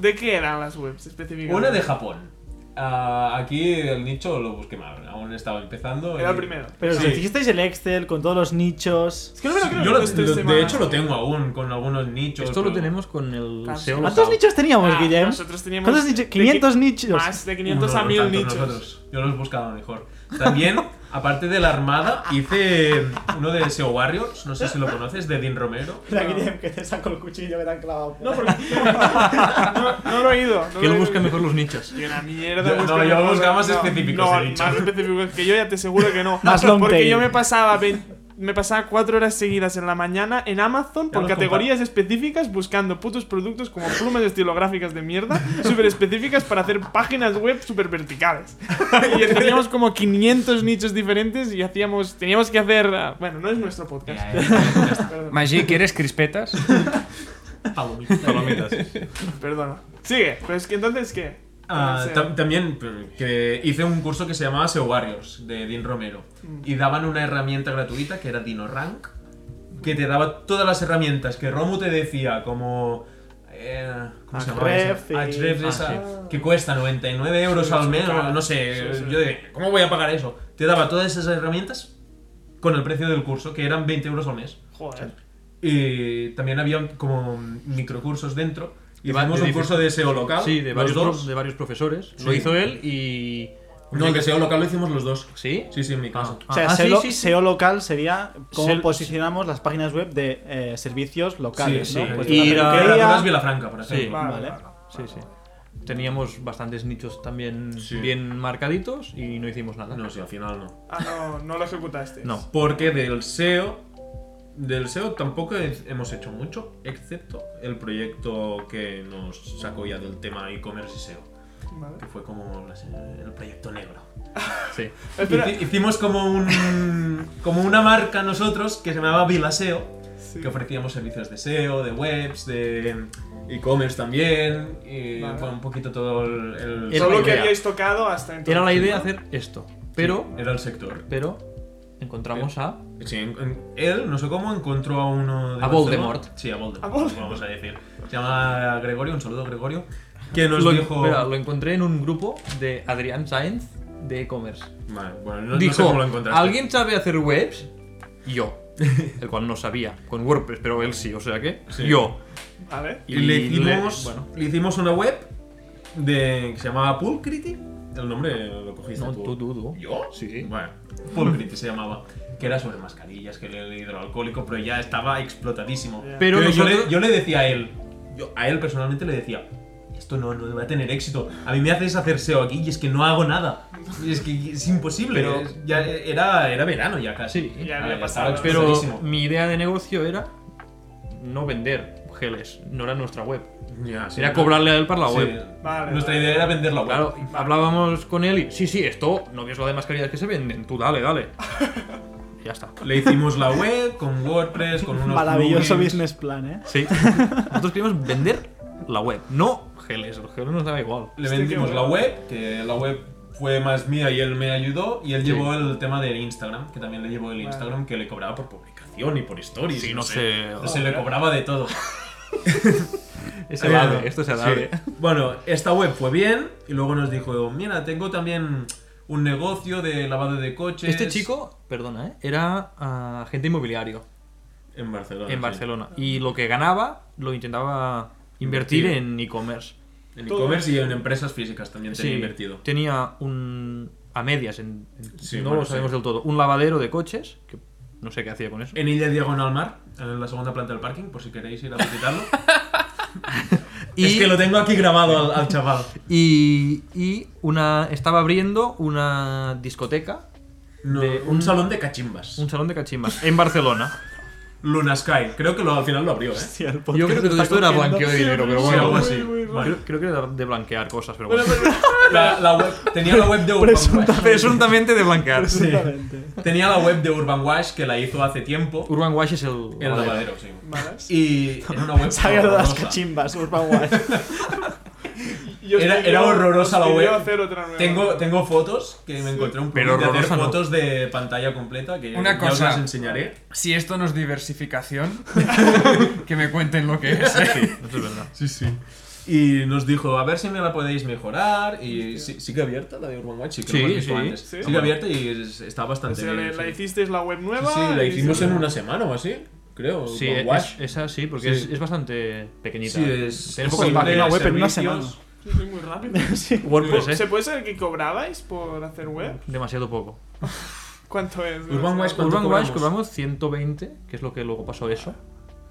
¿De qué eran las webs específicamente? Una de Japón. Ah, aquí el nicho lo busqué mal, aún estaba empezando. Era y- el primero. Pero Sí. si hicisteis el Excel con todos los nichos. Es que no me lo creo. Yo lo- que estés lo- de este semana- hecho lo tengo aún con algunos nichos. Esto lo pero- tenemos con el Ah, SEO. sí. local. ¿Cuántos nichos teníamos, Ah, Guillem? Nosotros teníamos ¿Cuántos de nichos? qui- 500 nichos. Más de 500 No, a no 1000 tanto nichos. nosotros. Yo los buscaba mejor. También, aparte de la Armada, hice uno de SEO Warriors, no sé si lo conoces, de Dean Romero. Mira, Guillem, que te saco el cuchillo que te han clavado. No, pues, porque. no, no lo he oído. No Que lo él he busca oído. mejor los nichos. Que una mierda. Yo- no, busca yo mejor- buscaba más no, específicos, No, he dicho. más específicos que yo, ya te aseguro que no. Más long Porque tail. yo me pasaba, ve- me pasaba cuatro horas seguidas en la mañana en Amazon Ya por los categorías específicas buscando putos productos como plumas estilográficas de mierda, súper específicas para hacer páginas web súper verticales. y teníamos como 500 nichos diferentes y hacíamos, teníamos que hacer. ah, Bueno, no es nuestro podcast. Ya, eh. ya, Perdón. Maggi, ¿quieres crispetas? ya. Palomita. Perdona. Sigue, pero es que entonces, ¿qué? Ah, No sé. tam- también mm, que hice un curso que se llamaba SEO Warriors de Dean Romero Mm. y daban una herramienta gratuita que era DinoRank que te daba todas las herramientas que Romu te decía como eh, ¿cómo se llamaba Ahrefs esa? y- Ahrefs Ah, esa, sí. que cuesta 99 euros Sí, al sí, mes claro. no sé Sí, sí. yo de, ¿cómo voy a pagar eso? te daba todas esas herramientas con el precio del curso que eran 20 euros al mes Joder. y también había como microcursos dentro y va- hicimos de un difer- curso de SEO local Sí, de los varios, dos. pro- de varios profesores. Lo hizo él y. No, el de SEO local lo hicimos los dos. ¿Sí? Sí, sí, en mi caso. O sea, Ah, sí, SEO, sí, sí. SEO local sería cómo Sel- posicionamos las páginas web de eh, servicios locales, sí, ¿no? Pues Y una la- peluquería, Las Vilafranca, por Sí. ejemplo. Vale, Vale. vale. Sí, sí. Teníamos bastantes nichos también Sí. bien marcaditos y no hicimos nada. No, sí, al final no. Ah, no, no lo ejecutaste. No. Porque del SEO. Del SEO tampoco he- hemos hecho mucho, excepto el proyecto que nos sacó ya del tema e-commerce y SEO, Vale. que fue como la se- el proyecto negro. Sí. Espera. Hici- Hicimos como un como una marca nosotros que se llamaba Vilaseo, Sí. que ofrecíamos servicios de SEO, de webs, de e-commerce también, y Vale. fue un poquito todo el... el- Era Todo la lo que idea. habíais tocado hasta entonces. Era la idea hacer esto. Pero, Era el sector. pero, encontramos a. Sí, en- en- él, no sé cómo, encontró a uno de A Barcelona. Voldemort. Sí, a Voldemort, A Voldemort. vamos a decir. Se llama Gregorio, un saludo Gregorio, que nos Lo, dijo... espera, lo encontré en un grupo de Adrián Sáenz de e-commerce. Vale, bueno, no, no sé Dijo: cómo lo encontraste. ¿Alguien sabe hacer webs? Yo. El cual no sabía. Con WordPress, pero él sí, o sea que. Sí. Yo. Vale. Y le le- hicimos, bueno, le hicimos una web de, que se llamaba Pulcrity. El nombre lo cogiste no, tú, tú, tú. ¿Yo? Sí. Bueno, Pulcrity se llamaba. Que era sobre mascarillas, que era el hidroalcohólico, pero ya estaba explotadísimo. Ya. Pero yo, nosotros- le, yo le decía a él, yo a él personalmente le decía, esto no, no va a tener éxito. A mí me haces hacer SEO aquí y es que no hago nada. Y es que es imposible. Pero- es- ya era, era verano ya casi. Sí. Ya Ah, había ya pasado. estaba Pero explotadísimo. mi idea de negocio era no vender geles, no era nuestra web. Ya, sí, mm, era cobrarle a él para la Sí. web. Vale, Nuestra vale. idea era vender la web. Claro, y hablábamos con él y sí, sí, esto, ¿no ves lo de mascarillas que se venden? Tú dale, dale. ya está. Le hicimos la web con WordPress, con unos Maravilloso plugins. business plan, ¿eh? Sí. Nosotros queríamos vender la web, no geles. Los geles nos daba igual. Le Hostia, vendimos qué la bueno. web, que la web fue más mía y él me ayudó. Y él Sí. llevó el tema del Instagram, que también le llevó el Vale. Instagram, que le cobraba por publicación y por stories. Sí, y no sé. No sé, le cobraba de todo. Ese dale, esto se Ah, Sí. dale. Bueno, esta web fue bien y luego nos dijo, mira, tengo también un negocio de lavado de coches. Este chico, perdona, ¿eh? era ah, agente inmobiliario En Barcelona. en sí. Barcelona y lo que ganaba lo intentaba invertir Invertir. en e-commerce. En e-commerce y en empresas físicas también tenía invertido. Tenía un. a medias, en, en- Sí, no bueno, lo sabemos sí. del todo. Un lavadero de coches, que no sé qué hacía con eso. En Illa Diagonal Mar, en la segunda planta del parking, por si queréis ir a visitarlo. Y, Es que lo tengo aquí grabado al, al chaval. y, y una. estaba abriendo una discoteca, No, De un, salón de cachimbas. un salón de cachimbas, en Barcelona. Luna Sky. Creo que lo- al final lo abrió, ¿eh? Sí, el podcast Yo creo que está todo esto era cogiendo- blanqueo de dinero, pero Sí, bueno. algo muy, así. muy raro. Vale. Creo, creo que era de blanquear cosas, pero Bueno, bueno. pero- La, la web, tenía la web de Urban Presunta- Wash. Presuntamente de blanquear. Absolutamente. Tenía la web de Urban Wash que la hizo hace tiempo. Urban Wash es el. El lavadero, sí. vale. Y era una web Saga de las horrorosa. cachimbas, Urban Wild. Y os Era- pidió- era horrorosa os la pidió web. hacer otra nueva. Tengo, tengo fotos que me encontré un Pero plugin de hacer horrorosa no. fotos de pantalla completa que Una ya os cosa. las enseñaré. Si esto no es diversificación, que me cuenten lo que es. ¿eh? Eso es verdad. Sí, sí. Y nos dijo, a ver si me la podéis mejorar. Y sí, sí que abierta la de Urban Watch, sí que Sí, lo hemos visto sí. antes. Sí. que abierta y es- está O bastante sea, bien. le- la sí. hicisteis la web Sí, nueva. sí, la y- hicimos en una semana o así, creo. Sí, con es- Watch. esa sí, porque Sí. es, es bastante pequeñita. Sí, es. Tiene es pocos simple, páginas web en una servicios. semana. Sí, sí, muy rápido. Sí. WordPress, ¿eh? ¿Se puede saber que cobrabais por hacer web? Demasiado poco. ¿Cuánto es? Urban Wise, ¿cuánto Urban Watch cobramos? cobramos 120, que es lo que luego pasó eso.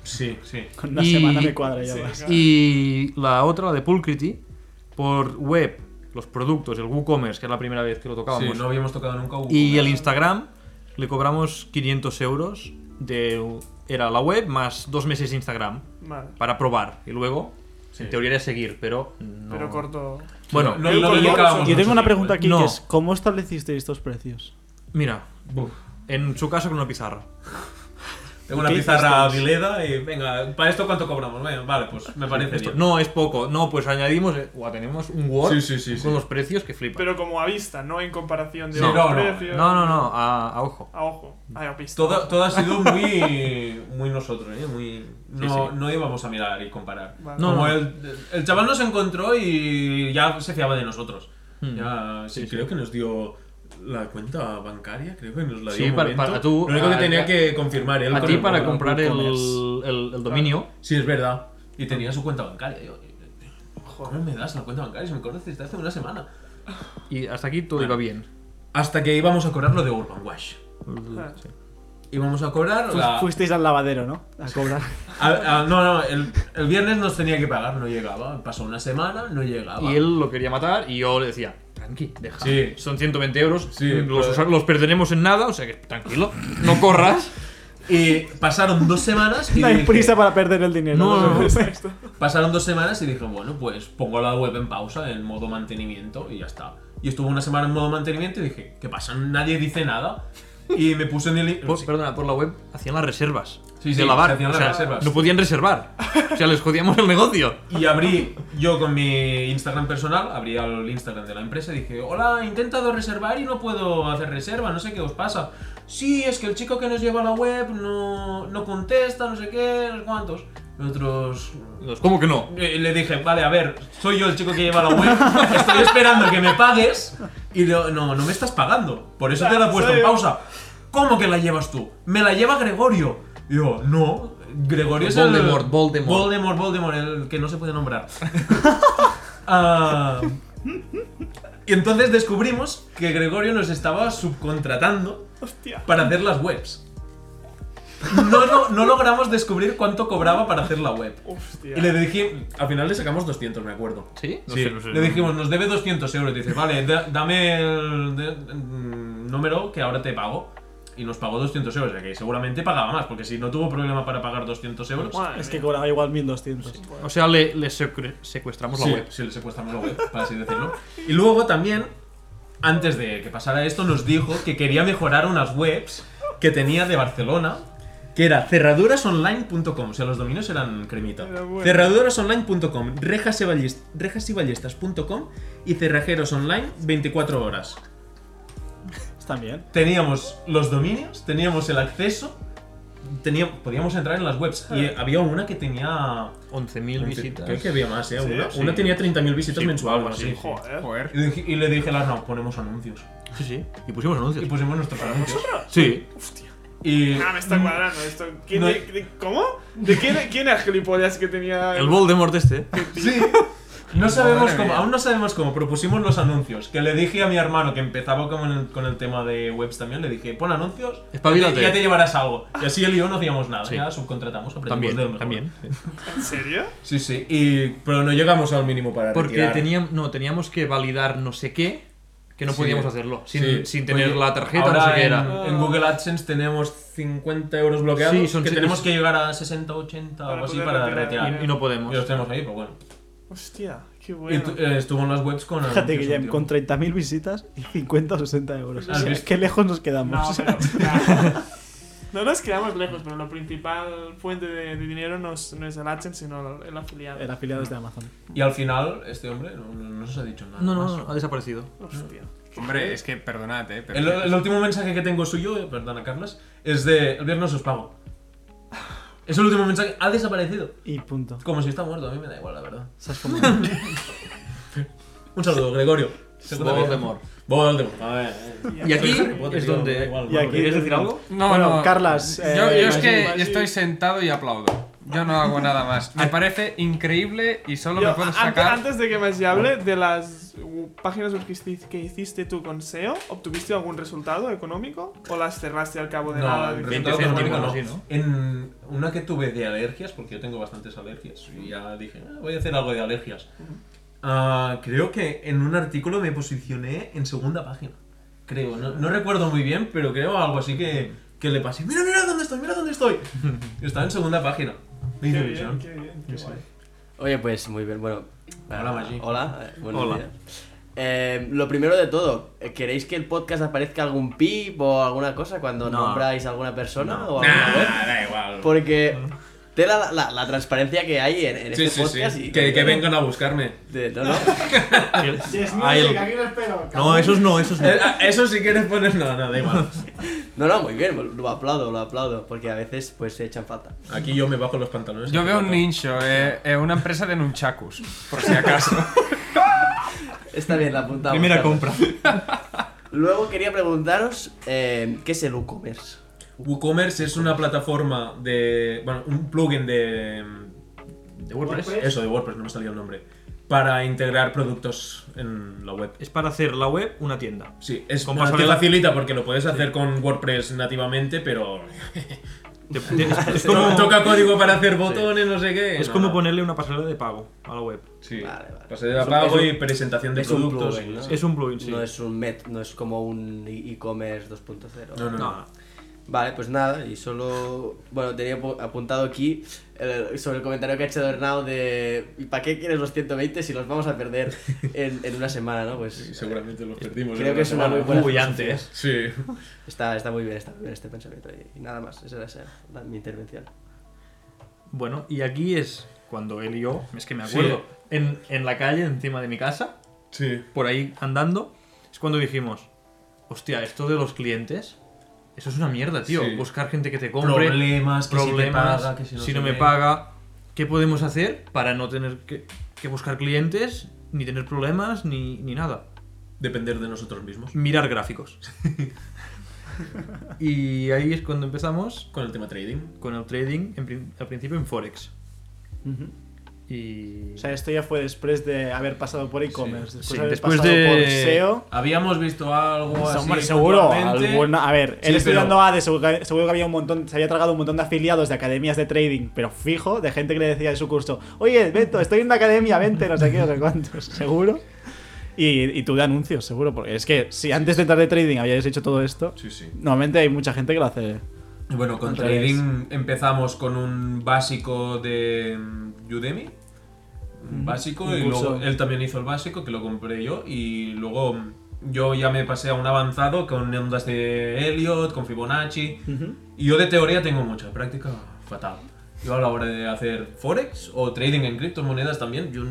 Sí, sí. Con una Y- semana me cuadra ya Sí, vas. claro. Y la otra, la de Pulcrity, por web, los productos, el WooCommerce, que es la primera vez que lo Sí, tocábamos, no habíamos tocado nunca un y el Instagram, le cobramos 500 euros de... Era la web más dos meses de Instagram Vale. para probar. Y luego, Sí. en teoría, era seguir, pero no... Pero corto. Bueno, No, Yo no, con no Watch- acabamos yo Yo tengo una nosotros, pregunta aquí No. que es, ¿cómo establecisteis estos precios? mira, ¿eh? Buf. en su caso con una pizarra. Tengo una ¿Qué pizarra hicisteis? vileda y venga, ¿para esto cuánto cobramos? Venga, vale, pues me parece Esto- bien. no, es poco. No, pues añadimos... eh, guau, tenemos un Word Sí, sí, sí, con sí. los precios que flipa. Pero como a vista, no en comparación de Sí, otros no, no. precios. No, no, no, a, a ojo. A ojo. Ay, a pista. Todo, todo ha sido muy, muy nosotros, ¿eh? Muy, no, sí. no íbamos a mirar y comparar. Vale. No, Como no. El, el chaval nos encontró y ya se fiaba de nosotros. Mm. Ya, Hmm. sí, Sí, sí. creo que nos dio la cuenta bancaria, creo que nos la dio. Sí, un para- momento. para tú- Lo único que a- tenía a- que confirmar él A con ti el para correo. comprar el, WooCommerce. el- el dominio. Sí, es verdad. Y tenía su cuenta bancaria. Yo, Joder. ¿Cómo me das la cuenta bancaria? Si me conoces desde hace una semana. Y hasta aquí Ah. todo iba bien. Hasta que íbamos a cobrar lo de Urban Wash. Ah. Íbamos a cobrar. la- Fuisteis al lavadero, ¿no? A cobrar. a- a- no, no, el, el viernes nos tenía que pagar, no llegaba. Pasó una semana, no llegaba. Y él lo quería matar y yo le decía, tranqui, deja. Ah, Sí. Son 120 euros, Sí, los, pero- usa- los perderemos en nada, o sea que tranquilo, no corras. Y pasaron dos semanas. Y No hay dije- prisa para perder el dinero. No, no, no. Exacto. Pasaron dos semanas y dije, bueno, pues pongo la web en pausa, en modo mantenimiento y ya está. Y estuve una semana en modo mantenimiento y dije, ¿qué pasa? Nadie dice nada. Y me puse en el... Por- Sí. Perdona, por la web hacían las reservas Sí, de sí, lavar. se hacían o las sea, reservas. No podían reservar, o sea, les jodíamos el negocio. Y abrí yo con mi Instagram personal, abrí el Instagram de la empresa y dije, hola, he intentado reservar y no puedo hacer reserva, no sé qué os pasa. Sí, es que el chico que nos lleva a la web no, no contesta, no sé qué, no sé cuántos. Nosotros... Los, ¿Cómo que no? eh, Le dije, vale, a ver, soy yo el chico que lleva la web, estoy esperando que me pagues y no, no, no me estás pagando. Por eso te la he puesto en pausa. ¿Cómo que la llevas tú? Me la lleva Gregorio. Y yo, no. Gregorio es el- Voldemort, Voldemort. Voldemort, Voldemort, el que no se puede nombrar. Ah, y entonces descubrimos que Gregorio nos estaba subcontratando Hostia. para hacer las webs. No, no, no logramos descubrir cuánto cobraba para hacer la web. Hostia. Y le dije, al final le sacamos 200, me acuerdo. ¿Sí? No Sí, sé, no sé. le dijimos, nos debe 200 euros. Dice, vale, da- dame el de- mm, número que ahora te pago. Y nos pagó 200 euros, o sea que seguramente pagaba más, porque si no tuvo problema para pagar 200 euros. Madre Es que mía. cobraba igual 1200. O sea, le, le secre- secuestramos sí, la web. sí, le secuestramos la web, para así decirlo. Y luego también, antes de que pasara esto, nos dijo que quería mejorar unas webs que tenía de Barcelona, que era cerradurasonline.com, o sea, los dominios eran cremita. Era bueno. Cerradurasonline.com, rejas y ballest- rejas y ballestas.com y cerrajeros online 24 horas. Están bien. Teníamos los dominios, teníamos el acceso, teníamos, podíamos entrar en las webs. Y Ah. eh, había una que tenía... 11.000 visitas. Creo que había más, ¿eh? Sí, Una, sí. una tenía 30.000 visitas Sí, mensuales. algo así, sí. sí. Joder. Joder. Y, dije- y le dije a la no, ponemos anuncios. Sí, sí. Y pusimos anuncios. Y pusimos nuestros anuncios. Sí. Y Ah, me está cuadrando esto. ¿Quién- No. de- de- ¿Cómo? ¿De quién, quién era el gilipollas que tenía El Voldemort este. sí, no sabemos Madre cómo, mía. aún no sabemos cómo, propusimos los anuncios. Que le dije a mi hermano que empezaba con el, con el tema de webs también, le dije, pon anuncios Espabilate. y ya te llevarás algo. Y así él y yo no hacíamos nada, Sí. ya subcontratamos, aprendimos También, de lo mejor. también. ¿En serio? Sí, sí, y, pero no llegamos al mínimo para Porque retirar. teníamos, no, teníamos que validar no sé qué, que no Sí. podíamos hacerlo, sin, Sí. sin tener Oye, la tarjeta, ahora no sé qué en, era. en Google AdSense tenemos 50 euros bloqueados, Sí, son que seis- tenemos que llegar a 60, 80 o Para algo así poder para retirar. retirar. Y, y no Y los podemos. tenemos ahí, pero bueno. Hostia, qué Y bueno. tu- eh, estuvo en las webs con. Fíjate, anuncios un Guillem, tiempo. con 30.000 visitas y 50 o 60 euros. O ¿Has sea, visto? qué lejos nos No, quedamos. pero. No nos quedamos lejos, pero la principal fuente de, de dinero no es, no es el AdSense, sino el, el afiliado. El afiliado es de Amazon. Y al final, este hombre no, no- no nos ha dicho nada. No, más. no, no, ha desaparecido. Hostia. Hombre, es que perdonad, eh, pero El, el último mensaje que tengo suyo, eh, perdona Carlos, es de el viernes os pago. Es el último mensaje, ha desaparecido. Y punto. Como si está muerto, a mí me da igual, la verdad. ¿Sabes cómo? Un saludo, Gregorio. Segunda vez. Voldemort. Voldemort. A ver. eh. Y aquí Potter, es yo, donde. igual, Y aquí- ¿Quieres decir algo? No, bueno, no. Carlas. Yo, eh, yo es que imagino- estoy sentado y aplaudo. Yo no hago nada más. Me parece increíble y solo me Yo, puedo an- sacar. Antes de que me hable de las uh, páginas web que hici- que hiciste tú con SEO, ¿obtuviste algún resultado económico? ¿O las cerraste al cabo de No, nada? el veinte resultado céntimos, económico algo así, no. ¿no? En una que tuve de alergias, porque yo tengo bastantes alergias, y ya dije, "Ah, voy a hacer algo de alergias. Ah, creo que en un artículo me posicioné en segunda página. Creo, no, no recuerdo muy bien, pero creo algo así que, que le pasé. Mira, mira dónde estoy, mira dónde estoy. Estaba en segunda página. Qué Me hizo bien, ilusión. qué bien, qué Sí. guay. Oye, pues muy bien, bueno. Hola, ah, Maggi. Hola, eh, buenos Hola. días. Eh, lo primero de todo, eh, ¿queréis que el podcast aparezca algún pip o alguna cosa cuando No. nombráis a alguna persona o alguna Nah, web? Ah, da igual. Porque tela la, la- la transparencia que hay en, en Sí, este sí, sí. podcast. y- Que, que vengan a buscarme. De- no, no. Ahí el- No, esos no, esos no. Eh, ah, Eso si quieres poner. No, no, da igual. No, no, muy bien, lo aplaudo, lo aplaudo, porque a veces pues se echan falta. Aquí yo me bajo los pantalones. Yo veo un niño nincho, eh, eh, una empresa de nunchakus, por si acaso. Está bien, la apuntamos. Primera Carlos. compra. Luego quería preguntaros, eh, ¿qué es el WooCommerce? WooCommerce es una plataforma de. Bueno, un plugin de. ¿De WordPress? Eso, de WordPress, no me salía el nombre. Para integrar productos en la web. Es para hacer la web una tienda. Sí, es Con te pasarela. facilita porque lo puedes hacer con WordPress nativamente, pero. Te- te- es, es To- como, Toca código para hacer botones, no sé qué. es no, como no. ponerle una pasarela de pago a la web. Sí. Vale, vale. Pasarela Es un- pago es y un- presentación de es un productos. plugin, ¿no? Sí. Es un plugin, sí. No es un MET, no es como un e- e-commerce 2.0. No, no, No, no. no. Vale, pues nada, y solo. Bueno, tenía apu- apuntado aquí eh, sobre el comentario que ha hecho Hernán de. ¿Y para qué quieres los 120 si los vamos a perder en, en una semana, no? Pues. Sí, seguramente los perdimos. Creo en que es una semana. muy buena. Uy, filosofía. antes. Sí. Está, está muy bien, está muy bien este pensamiento. Y, y nada más, esa era esa- la- mi intervención. Bueno, y aquí es cuando él y yo, es que me acuerdo, Sí. en, en la calle, encima de mi casa, Sí. por ahí andando, es cuando dijimos, hostia, esto de los clientes, eso es una mierda, tío. Sí. Buscar gente que te compre, Problemas, que si te problemas, paga, que si no sé me qué. paga. ¿Qué podemos hacer para no tener que, que buscar clientes, ni tener problemas, ni, ni nada? Depender de nosotros mismos. Mirar gráficos. y ahí es cuando empezamos Con el tema trading. con el trading, en prin- al principio en Forex. Ujú. Y... O sea, esto ya fue después de haber pasado por e-commerce. Después Sí, de haber después pasado de- por E SEO. Habíamos visto algo así. Hombre, seguro. puntualmente. alguna- a ver, Sí, él estudiando pero- ADE, seguro que, seguro que había un montón, se había tragado un montón de afiliados de academias de trading, pero fijo, de gente que le decía de su curso, oye, Beto, estoy en una academia, vente, no sé qué, no sé cuántos, seguro. Y, y tú de anuncios, seguro, porque es que si antes de entrar de trading habíais hecho todo esto, Sí, sí. normalmente hay mucha gente que lo hace. Y Bueno, con Otra vez. trading empezamos con un básico de mm, Udemy. Un básico, un y curso. luego él también hizo el básico, que lo compré yo. Y luego mm, yo ya me pasé a un avanzado con ondas de Elliot, con Fibonacci. Y yo de teoría tengo mucha, de práctica fatal. Yo a la hora de hacer forex o trading en criptomonedas también, yo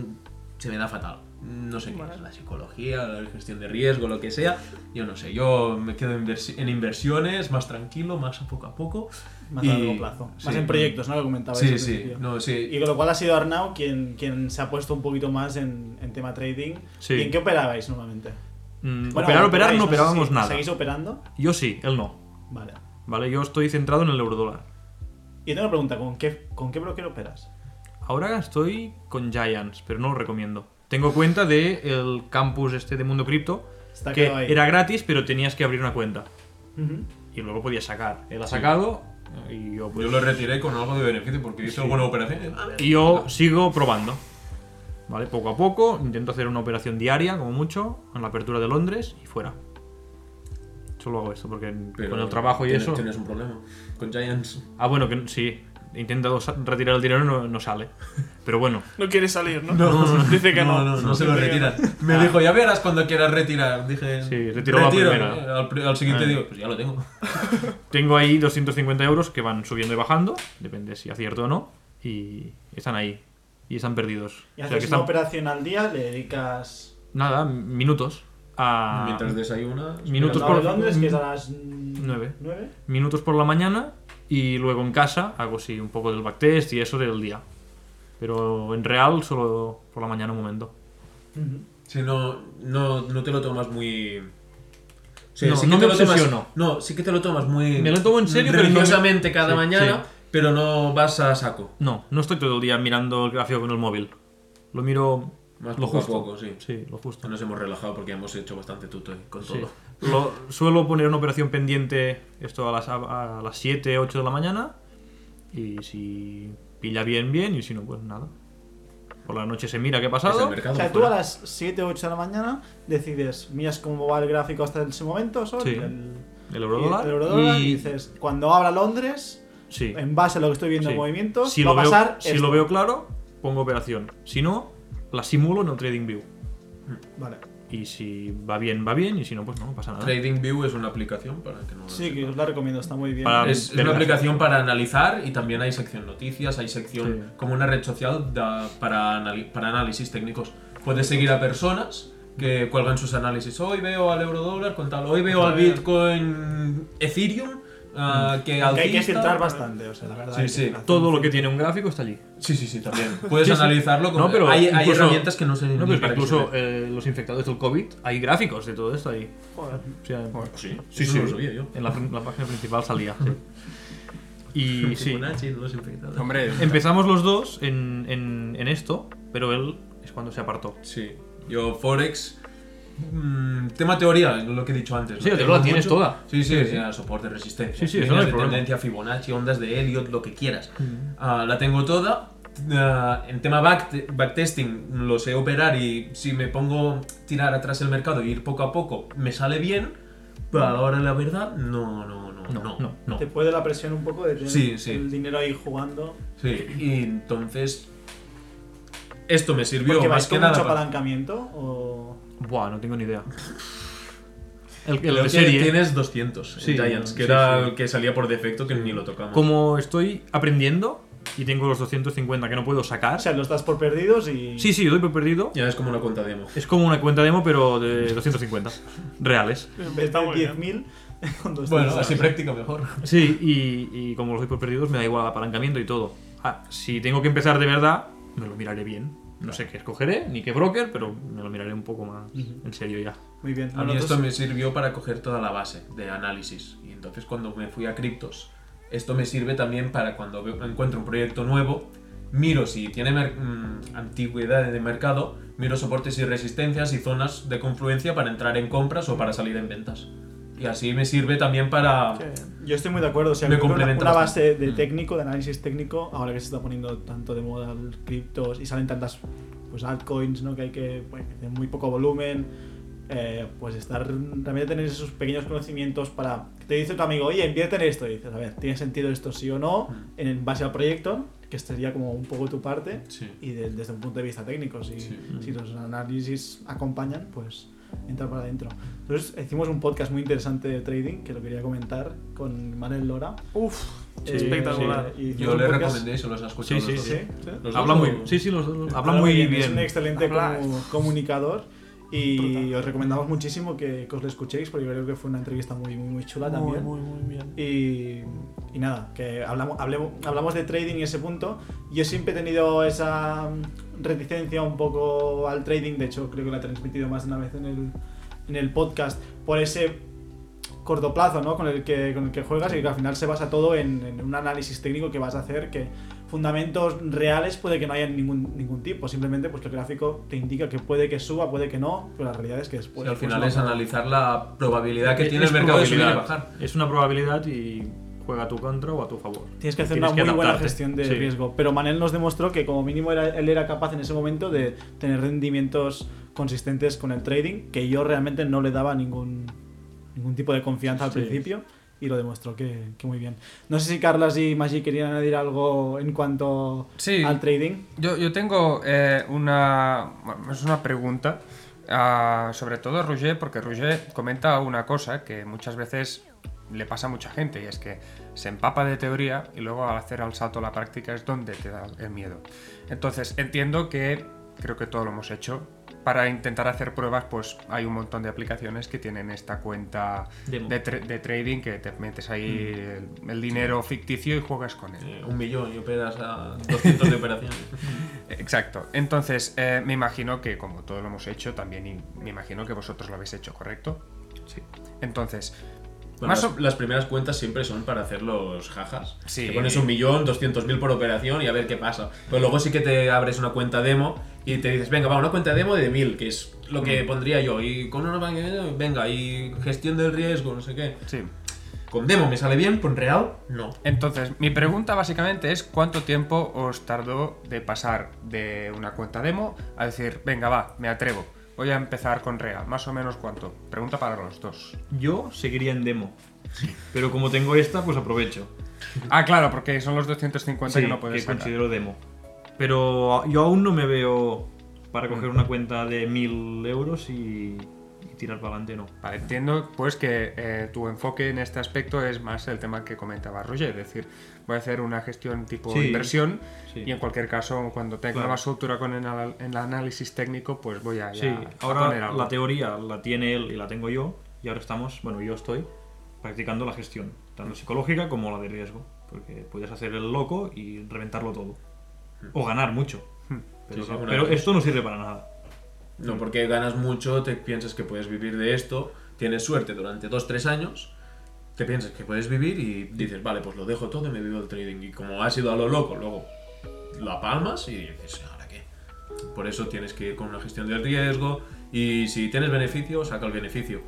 se me da fatal. No sé qué es, la psicología, la gestión de riesgo, lo que sea. Yo no sé, yo me quedo inversi- en inversiones, más tranquilo, más a poco a poco. Más y- a largo plazo. Más sí. en proyectos, ¿no? Lo comentaba. Sí, sí, no, Y sí. con lo cual ha sido Arnau quien, quien se ha puesto un poquito más en, en tema trading. Sí. ¿Y en qué operabais normalmente? Mm, Bueno, operar, operar, operáis, no sé operábamos si nada. ¿Seguís operando? Yo sí, él no. Vale. Vale, yo estoy centrado en el eurodólar. Y tengo una pregunta, ¿con qué, ¿con qué broker operas? Ahora estoy con Giants, pero no lo recomiendo. Tengo cuenta del el campus este de Mundo Cripto, Está que quedado ahí. era gratis, pero tenías que abrir una cuenta. Ujú. Y luego podías sacar. Él ha sacado y yo, pues, Yo lo retiré con algo de beneficio porque hice alguna operación. ¿eh? A ver, y yo sigo probando. Vale, poco a poco, intento hacer una operación diaria, como mucho, en la apertura de Londres y fuera. Solo hago esto porque pero con el trabajo y tienes- eso... Tienes un problema con Giants. Ah, bueno, que sí. he intentado sa- retirar el dinero, no, no sale. Pero bueno, No quiere salir, ¿no? No, no, no. Dice que no. No, no, no se lo Dice que no. retiran. Me dijo, ya verás cuando quieras retirar. Dije, Ah. Sí, eh, retiro la primera. Al, pri- al siguiente Ah. digo, pues ya lo tengo. tengo ahí 250 euros que van subiendo y bajando, depende si acierto o no, y están ahí. Y están perdidos. Y O sea, haces que una están- operación al día, le dedicas. Nada, minutos. A... Mientras desayunas. Minutos La esperas- de por- Londres, que es a las. ¿Nueve? ¿Nueve? minutos por la mañana y luego en casa hago sí un poco del backtest y eso del día. Pero en real solo por la mañana un momento. Sí, no, no, no te lo tomas muy. O No, no me obsesiono. No, sí que te lo tomas muy. Me lo tomo en serio, pero no me- religiosamente cada Sí, mañana, sí. pero no vas a saco. No, no estoy todo el día mirando el gráfico con el móvil. Lo miro Más lo poco a justo. poco, sí. lo justo. Nos hemos relajado porque hemos hecho bastante tuto con Sí. todo. Lo- suelo poner una operación pendiente esto a las, a las 7, 8 de la mañana. Y si pilla bien, bien. Y si no, pues nada. Por la noche se mira qué ha Es el pasado. mercado O sea, tú fuera. a las 7 o 8 de la mañana decides, miras cómo va el gráfico hasta ese momento, son Sí. el, El el eurodólar. eurodólar, y... dices, cuando abra Londres, Sí. en base a lo que estoy viendo Sí. en movimientos, si va lo a veo- pasar si esto. lo veo claro, pongo operación. Si no, la simulo en el TradingView. Vale. Y si va bien, va bien. Y si no, pues no, no pasa nada. TradingView es una aplicación para el que no lo Sí, que sepa. os la recomiendo, está muy bien. Para- Es, es Pero- una aplicación para analizar y también hay sección noticias, hay sección Sí. como una red social da- para, anali- para análisis técnicos. Puedes seguir a personas que cuelgan sus análisis. Hoy veo al eurodólar con tal, hoy veo al Bitcoin Ethereum ah, Mm. que Que hay que alcista. filtrar bastante, o sea, la verdad. Sí, hay que sí. filtrar. Todo lo que tiene un gráfico está allí. Sí, sí, sí, también. Puedes Sí, sí. analizarlo como No, pero hay, hay incluso- herramientas que no sé No, ni pero es que para qué incluso sirven. eh, los infectados del COVID, hay gráficos de todo esto ahí. Joder. O sea, Sí, sí, sí, sí. lo sabía yo. en la, la página principal salía. sí. eh, Y sí. Fibonacci, dos infectados. Hombre, Empezamos los dos en, en- en esto, pero él es cuando se apartó. Sí, yo Forex. mm, tema teoría, lo que he dicho antes. Sí, la Tengo teoría la tienes mucho. toda. Sí, sí, Sí, sí, sí. la soporte, resistencia. Sí, sí, eso líneas no hay de problema. tendencia Fibonacci, ondas de Elliot, lo que quieras. Ah, la tengo toda. Ah, en tema back- backtesting lo sé operar y si me pongo tirar atrás el mercado e ir poco a poco me sale bien, pero ahora la verdad no, no, no, No, no, no, no. Te puede la presión un poco de tener Sí, sí. el dinero ahí jugando. Sí, y entonces esto me sirvió Porque más vais que con nada. mucho para- apalancamiento o. Buah, no tengo ni idea. El, el Creo de que serie. tienes 200 en Sí, Giants, que sí, era sí. el que salía por defecto que ni lo tocamos. Como estoy aprendiendo y tengo los 250 que no puedo O sacar. sea, los das por perdidos y. Sí, sí, doy por perdido. Ya es como una cuenta demo. Es como una cuenta demo, pero de 250 reales. En vez de Está muy bien. 10.000, con dos Bueno, tres. así práctica mejor. Sí, y, y como los doy por perdidos, me da igual el apalancamiento y todo. Ah, si tengo que empezar de verdad, me lo miraré bien. No sé qué escogeré, ni qué broker, pero me lo miraré un poco más en serio ya. Muy bien. A mí Nosotros- esto me sirvió para coger toda la base de análisis. Y entonces cuando me fui a criptos, esto me sirve también para cuando veo- encuentro un proyecto nuevo, miro si tiene mer- mm, antigüedad de mercado, miro soportes y resistencias y zonas de confluencia para entrar en compras o para salir en ventas. Y así me sirve también para... Qué bien. Yo estoy muy de acuerdo. O sea, Me creo que una, complementa una bastante. base de Mm. técnico, de análisis técnico, ahora que se está poniendo tanto de moda el criptos y salen tantas pues altcoins, ¿no? Que hay que, bueno, que tienen muy poco volumen. eh, pues estar realmente tener esos pequeños conocimientos para que te dice tu amigo, oye, invierte en esto. Y dices, a ver, ¿tiene sentido esto sí o no? Mm. En base al proyecto, que sería como un poco tu parte. Sí. Y de- desde un punto de vista técnico, si, Sí. si los análisis acompañan, pues entrar para adentro. Entonces hicimos un podcast muy interesante de trading, que lo quería comentar, con Manel Lora. Uf, Eh, espectacular. y hicimos Yo un le podcast- recomendé, se los has escuchado. Sí, sí, los dos. Sí, sí. Los Habla dos muy o- Sí, sí, los dos- habla Habla muy bien. Es un excelente Habla- comu- comunicador. Y Brutal. os recomendamos muchísimo que, que os lo escuchéis, porque creo que fue una entrevista muy, muy, muy chula muy, también. muy, muy bien. Y, y nada, que hablamos, hablemos, hablamos de trading y ese punto. Yo siempre he tenido esa mm, reticencia un poco al trading, de hecho creo que la he transmitido más de una vez en el, en el podcast, por ese corto plazo ¿no? con, el que, con el que juegas y que al final se basa todo en, en un análisis técnico que vas a hacer, que fundamentos reales puede que no haya ningún, ningún tipo, simplemente pues que el gráfico te indica que puede que suba, puede que no, pero la realidad es que Sí, después... al pues, final no. es analizar la probabilidad que Es- tiene es el mercado de subir y probabilidad. bajar. Es una probabilidad y juega a tu contra o a tu favor. Tienes que hacer Tienes una que muy buena adaptarte. gestión de Sí. riesgo. Pero Manel nos demostró que como mínimo era- él era capaz en ese momento de tener rendimientos consistentes con el trading, que yo realmente no le daba ningún, ningún tipo de confianza al Sí. principio. y lo demostró que, que muy bien. No sé si Carlas y Maggi querían añadir algo en cuanto Sí. al trading. Yo, yo tengo eh, una, es una pregunta, ah, sobre todo a Roger, porque Roger comenta una cosa que muchas veces le pasa a mucha gente, y es que se empapa de teoría y luego al hacer el salto a la práctica es donde te da el miedo. Entonces, entiendo que, creo que todo lo hemos hecho, para intentar hacer pruebas, pues hay un montón de aplicaciones que tienen esta cuenta Demo. de, tra- de trading que te metes ahí el, el dinero ficticio y juegas con él. Eh, un millón y operas a 200 de operaciones. Exacto. Entonces, eh, me imagino que como todo lo hemos hecho, también y me imagino que vosotros lo habéis hecho, ¿correcto? Sí. Entonces, Bueno, Más las, o- las primeras cuentas siempre son para hacer los jajas. Sí. Te pones un millón, doscientos mil por operación y a ver qué pasa. Pero luego sí que te abres una cuenta demo y te dices, venga, va, una cuenta demo de mil, que es lo que pondría yo. Y con una banca, venga, y gestión del riesgo, no sé qué. sí. Con demo me sale bien, con real, no. Entonces, mi pregunta básicamente es cuánto tiempo os tardó de pasar de una cuenta demo a decir, venga, va, me atrevo, voy a empezar con Rea, más o menos cuánto. Pregunta para los dos. Yo seguiría en demo. Pero como tengo esta, pues aprovecho. Ah, claro, porque son los 250 que no puedes que sacar. considero demo. Pero yo aún no me veo Mm. para coger una cuenta de 1000 euros y, y tirar para adelante, no. Vale, entiendo pues que eh, tu enfoque en este aspecto es más el tema que comentaba Roger, es decir, voy a hacer una gestión tipo Sí, inversión sí. y en cualquier caso cuando tenga Claro. más altura con el, anal- el análisis técnico pues voy a, ya Sí, a poner ahora algo. la teoría la tiene él y la tengo yo, y ahora estamos, bueno, yo estoy practicando la gestión, Mm. tanto psicológica como la de riesgo, porque puedes hacer el loco y reventarlo todo, o ganar mucho. Mm. Pero, Mm. Sí, sí, pero una vez. esto no sirve para nada. No, porque ganas mucho, te piensas que puedes vivir de esto, tienes suerte durante 2-3 años, te piensas que puedes vivir y dices, vale, pues lo dejo todo y me vivo el trading. Y como has ido a lo loco, luego la palmas y dices, ¿ahora qué? Por eso tienes que ir con una gestión del riesgo y si tienes beneficio, saca el beneficio.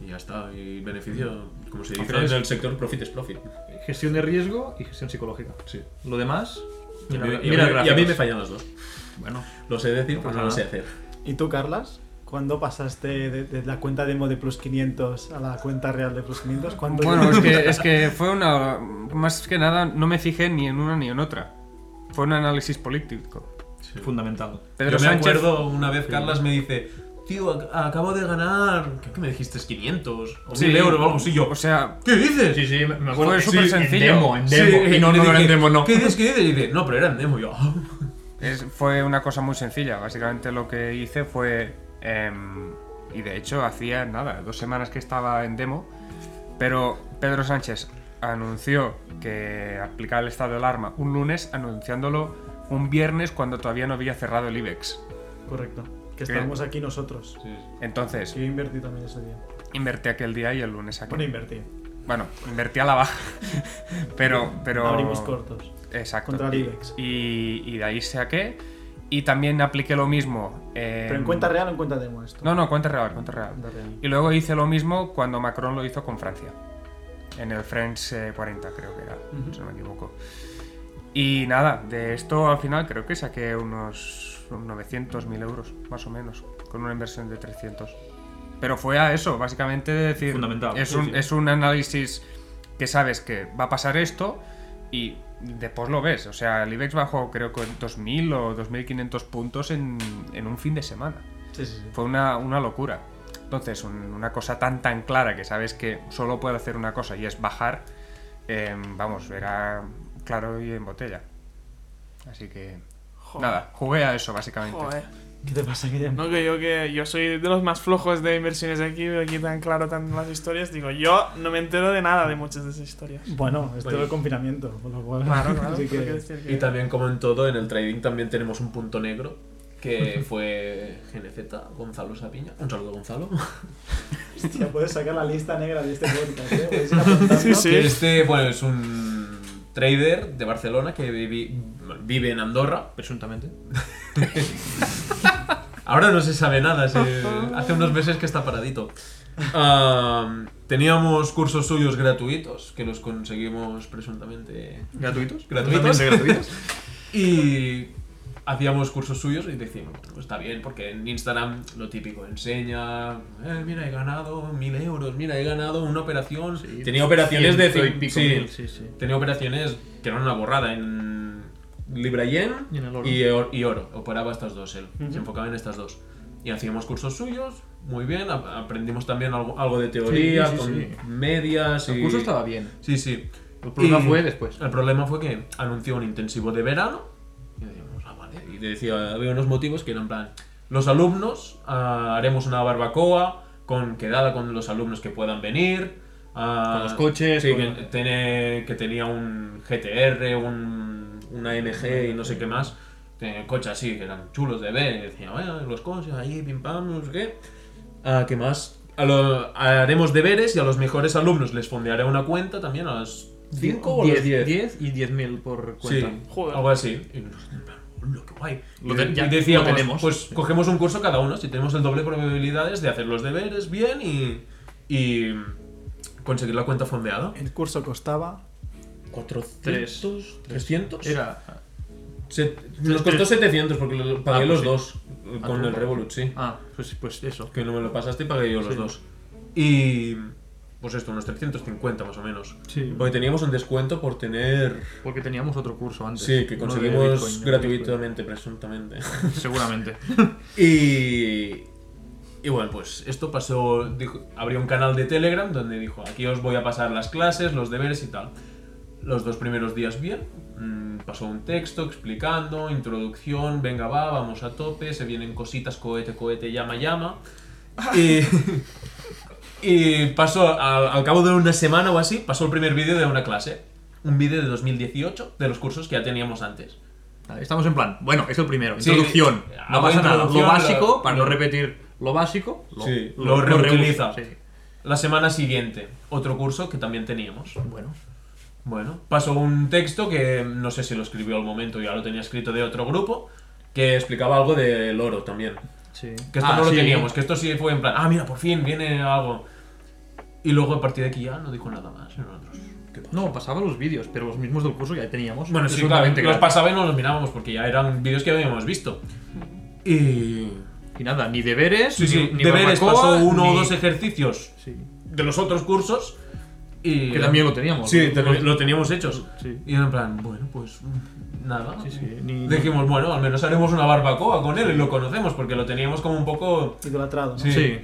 Y ya está, y beneficio, como se dice Entonces- en el sector, profit es profit. Gestión de riesgo y gestión psicológica. Sí. Lo demás, Y a mira, mí- mira y a mí- y a mí gráficos. me fallan los dos. Bueno, Lo sé decir, pero pasa no lo nada. sé hacer. ¿Y tú, Carlas? ¿Cuándo pasaste de, de la cuenta demo de plus 500 a la cuenta real de plus 500? ¿Cuánto Bueno, es que, es que fue una... Más que nada no me fijé ni en una ni en otra. Fue un análisis político. fundamental. Pedro Yo me Sánchez- acuerdo una vez Carlas me dice, tío, ac- acabo de ganar, creo que me dijiste 500 o 1000 euros o algo así. Yo, O sea, ¿qué dices? Sí, sí, me acuerdo acuerdo que sí, en demo, en Sí, y y no, le no, no, dije, en demo no. ¿Qué dices? ¿Qué dices? Y dice, no, pero era en demo. Yo, "Ah". Es- fue una cosa muy sencilla. Básicamente lo que hice fue. em, y de hecho, hacía nada, dos semanas que estaba en demo. Pero Pedro Sánchez anunció que aplicaba el estado de alarma un lunes, anunciándolo un viernes cuando todavía no había cerrado el IBEX. Correcto. Que estábamos aquí nosotros. Entonces, Que yo invertí también ese día. invertí aquel día y el lunes aquí. Bueno, invertí. Bueno, invertí a la baja. pero, pero. Abrimos cortos. Exacto. contra el Y- IBEX. Y, y de ahí saqué. Y también apliqué lo mismo. ¿Pero en em, cuenta real o en cuenta demo esto? No, no, cuenta real, cuenta real. Cuenta real. Y luego hice lo mismo cuando Macron lo hizo con Francia. En el French eh, 40, creo que era, si no me equivoco. Y nada, de esto al final creo que saqué unos 900.000 euros, más o menos, con una inversión de 300. Pero fue a eso, básicamente de decir. Fundamental, Es sí, un, sí. es un análisis que sabes que va a pasar esto y después lo ves. O sea, el IBEX bajó creo que 2.000 o 2.500 puntos en, en un fin de semana Sí, sí, sí. fue una, una locura. Entonces, un- una cosa tan tan clara que sabes que solo puede hacer una cosa y es bajar, eh, vamos, era claro y en botella. Así que, Joder. nada, jugué a eso básicamente. Joder. ¿Qué te pasa, Guillem? No, que yo que yo soy de los más flojos de inversiones de aquí, veo aquí tan claro tan las historias, digo, yo no me entero de nada de muchas de esas historias. Bueno, esto Oye. es el confinamiento, por lo cual. pues- Claro, claro. así ¿por qué que... decir que- Y también, como en todo, en el trading también tenemos un punto negro, que fue GNZ, Gonzalo Sapiña. Un saludo, Gonzalo. Hostia, puedes sacar la lista negra de este podcast, ¿eh? Puedes ir apuntando. Sí, sí. Que este, bueno, es un trader de Barcelona que vivi- vive en Andorra. Presuntamente. Ahora no se sabe nada, se- hace unos meses que está paradito. Am, teníamos cursos suyos gratuitos, que los conseguimos presuntamente ¿Gratuitos? gratuitos. gratuitos? y hacíamos cursos suyos y decíamos, pues está bien, porque en Instagram lo típico, enseña, eh, mira, he ganado mil euros, mira, he ganado una operación. tenía operaciones de ciento y cin- pico sí, mil, sí, sí. Tenía operaciones que eran una borrada en Libra Yen Y en el oro. y, or- y oro. Operaba estas dos él, se enfocaba en estas dos. Y hacíamos cursos suyos, muy bien, a- aprendimos también algo, algo de teoría, sí, con sí. medias. El y- curso estaba bien. Sí, sí. El problema Y fue después. El problema fue que anunció un intensivo de verano y decíamos, ah, vale. Y decía, había unos motivos que eran en plan, los alumnos, ah, haremos una barbacoa con quedada con los alumnos que puedan venir. ah, Con los coches, sí, con- que, tiene- que tenía un GTR, un, una MG y no sé qué más. Tenía coches así, que eran chulos de ver. Y decía, bueno, los coches ahí, pim pam, no sé qué. Ah, ¿Qué más? A lo- haremos deberes y a los mejores alumnos les fondearé una cuenta también a las 5 o a las 10. 10 y 10.000 por Sí, cuenta. Joder. algo así. Y nosotros, en plan, "Hola, qué guay. Lo Y te- de- ya y decíamos, lo tenemos. pues cogemos un curso cada uno, si tenemos el doble de probabilidades de hacer los deberes bien y, y conseguir la cuenta fondeada. El curso costaba. 400, 300. Era. Se- nos costó 700 porque lo- pagué Ah, pues los sí. dos Ah, con tú. el Revolut, sí. Ah, pues, pues eso. Que no me lo pasaste y pagué yo Sí. los dos. Y. Pues esto, unos 350 más o menos. Sí. Porque teníamos un descuento por tener. Porque teníamos otro curso antes. Sí, que Pues Uno de conseguimos Bitcoin, de gratuitamente, presuntamente. Bitcoin. Seguramente. Y, y bueno, pues esto pasó, dijo, abrió un canal de Telegram donde dijo, aquí os voy a pasar las clases, los deberes y tal. Los dos primeros días bien, mm, pasó un texto explicando, introducción, venga va, vamos a tope, se vienen cositas, cohete, cohete, llama, llama. Y, y pasó, al, al cabo de una semana o así, pasó el primer vídeo de una clase. Un vídeo de 2018 de los cursos que ya teníamos antes. Estamos en plan. Bueno, es el primero. Sí, introducción. eh, No hago pasa nada. Lo introducción, básico, lo- para no repetir lo básico, lo, Sí, lo- lo lo reúno. reutiliza. Sí. La semana siguiente, otro curso que también teníamos. Bueno. Bueno, pasó un texto que no sé si lo escribió al momento, ya lo tenía escrito de otro grupo, que explicaba algo del oro también. Sí. Que esto Ah, no lo sí. teníamos, que esto sí fue en plan, ah, mira, por fin viene algo. Y luego a partir de aquí ya no dijo nada más. y nosotros, ¿qué pasa? No, pasaba los vídeos, pero los mismos del curso ya teníamos. Bueno, Es sí, claro, totalmente los gratis. pasaba y no los mirábamos porque ya eran vídeos que habíamos visto. Y. Y nada, ni deberes, Sí, sí, ni, ni deberes, barbacoa, pasó uno ni- o dos ejercicios Sí. de los otros cursos. Y Que también lo teníamos. Sí, te- lo teníamos hechos. Sí. Y en plan, bueno, pues mm, nada. Sí, sí, ni- Dijimos, bueno, al menos haremos una barbacoa con él y lo conocemos porque lo teníamos como un poco... Idolatrado. ¿no? Sí. Sí.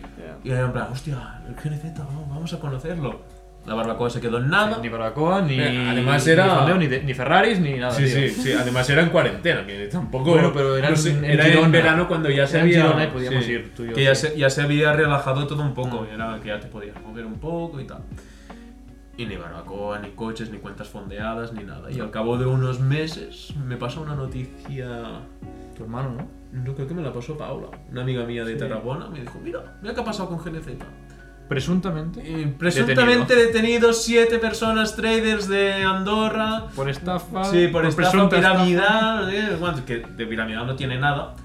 Ya. Y en plan, hostia, el GNZ, vamos- vamos a conocerlo. La barbacoa se quedó en nada. Ni barbacoa, ni. Eh, además era- Ni, fondeo, ni, de- ni Ferraris, ni nada. tío. además era en cuarentena, que tampoco... Bueno, pero era no en- sé, en era en Girona. verano cuando ya se Era en había... Girona y podíamos ir, tú y yo, Mm. que ya, sí. se, ya se había relajado todo un poco, era que ya te podías mover un poco y tal. Y ni barbacoa, ni coches, ni cuentas fondeadas, ni nada. Y al cabo de unos meses me pasa una noticia... Tu hermano, ¿no? No creo que me la pasó Paula, una amiga mía de Tarragona, me dijo, mira, mira qué ha pasado con GNZ. Presuntamente. Eh, Presuntamente detenidos siete personas traders de Andorra. Por estafa. Sí, por, estafa presunta estafa. piramidal. eh, bueno, que de piramidal no tiene nada.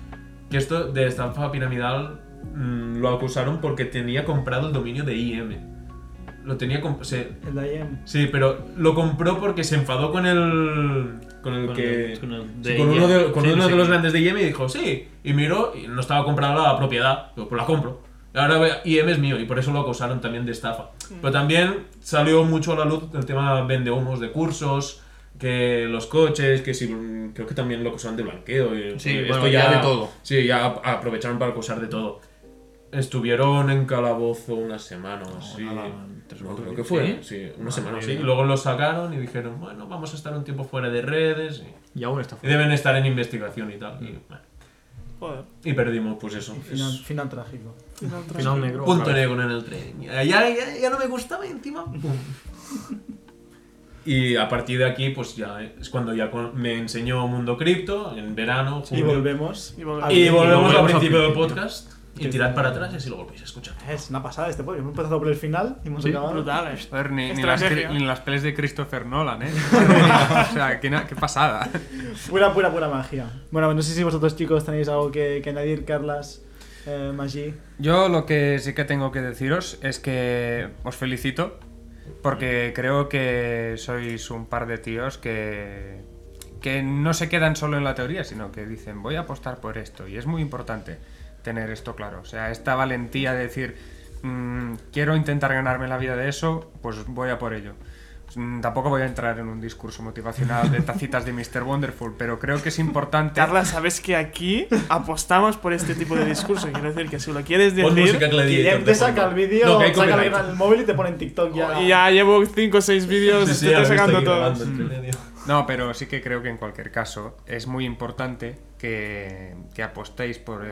Que esto de estafa piramidal mm, lo acusaron porque tenía comprado el dominio de IM. Lo tenía comp- se- El de IEM. Sí, pero lo compró porque se enfadó con el. Con el Con que. el- con el sí, de con uno de, IEM. con Sí, uno no sé de los qué. grandes de IEM y dijo, sí. Y miró, y no estaba comprada la propiedad. Digo, pues la compro. Y ahora voy a- IEM es mío y por eso lo acusaron también de estafa. Pero también salió mucho a la luz el tema vende humos de cursos, que los coches, que si. Creo que también lo acusaron de blanqueo. y- Sí, y bueno, ya de todo. Sí, ya ap- aprovecharon para acusar de todo. Estuvieron en calabozo una semana o así. nada, tres o No, cuatro creo que días. fue. ¿Sí? Ah, Sí, una Madre semana o así. mía. Y luego los sacaron y dijeron, bueno, vamos a estar un tiempo fuera de redes. Y, Y aún estafa. y deben estar en investigación y tal. Y, bueno, Joder. y perdimos, pues eso. Final, es final trágico. Final tras- Final negro. punto otra vez. negro en el tren. Ya, ya, ya no me gustaba y encima. pum. Y a partir de aquí, pues ya es cuando ya con- me enseñó Mundo Cripto, en verano. Y julio. volvemos. Y volvemos. al- Y volvemos al volvemos al principio del principio. podcast. Y tirad para atrás y así lo volvéis a escuchar. Es una pasada este podcast. Hemos empezado por el final y hemos Sí, acabado. Brutal, eh. A ver, ni, ni las, Estrategia. cri- ni las pelis de Christopher Nolan, ¿eh? o sea, qué, na- qué pasada. Pura, pura, pura magia. Bueno, no sé si vosotros chicos tenéis algo que, que añadir, Carlas, eh, Magí. Yo lo que sí que tengo que deciros es que os felicito porque creo que sois un par de tíos que, que no se quedan solo en la teoría, sino que dicen voy a apostar por esto. Y es muy importante tener esto claro. O sea, esta valentía de decir "Mm, quiero intentar ganarme la vida de eso, pues voy a por ello. Mm, Tampoco voy a entrar en un discurso motivacional de tacitas de Mr. Wonderful, pero creo que es importante. Carla, sabes que aquí apostamos por este tipo de discurso. Quiero decir que si lo quieres Pon música decir. Guillem gladiator. te de saca el fondo. vídeo, No, que hay saca copyright. Oh, el, el móvil y te pone en TikTok ya. Y ya llevo 5 o 6 vídeos, Sí, sí, estoy ahora me está sacando aquí grabando todos. entre medio. No, pero sí que creo que en cualquier caso es muy importante que, que apostéis por,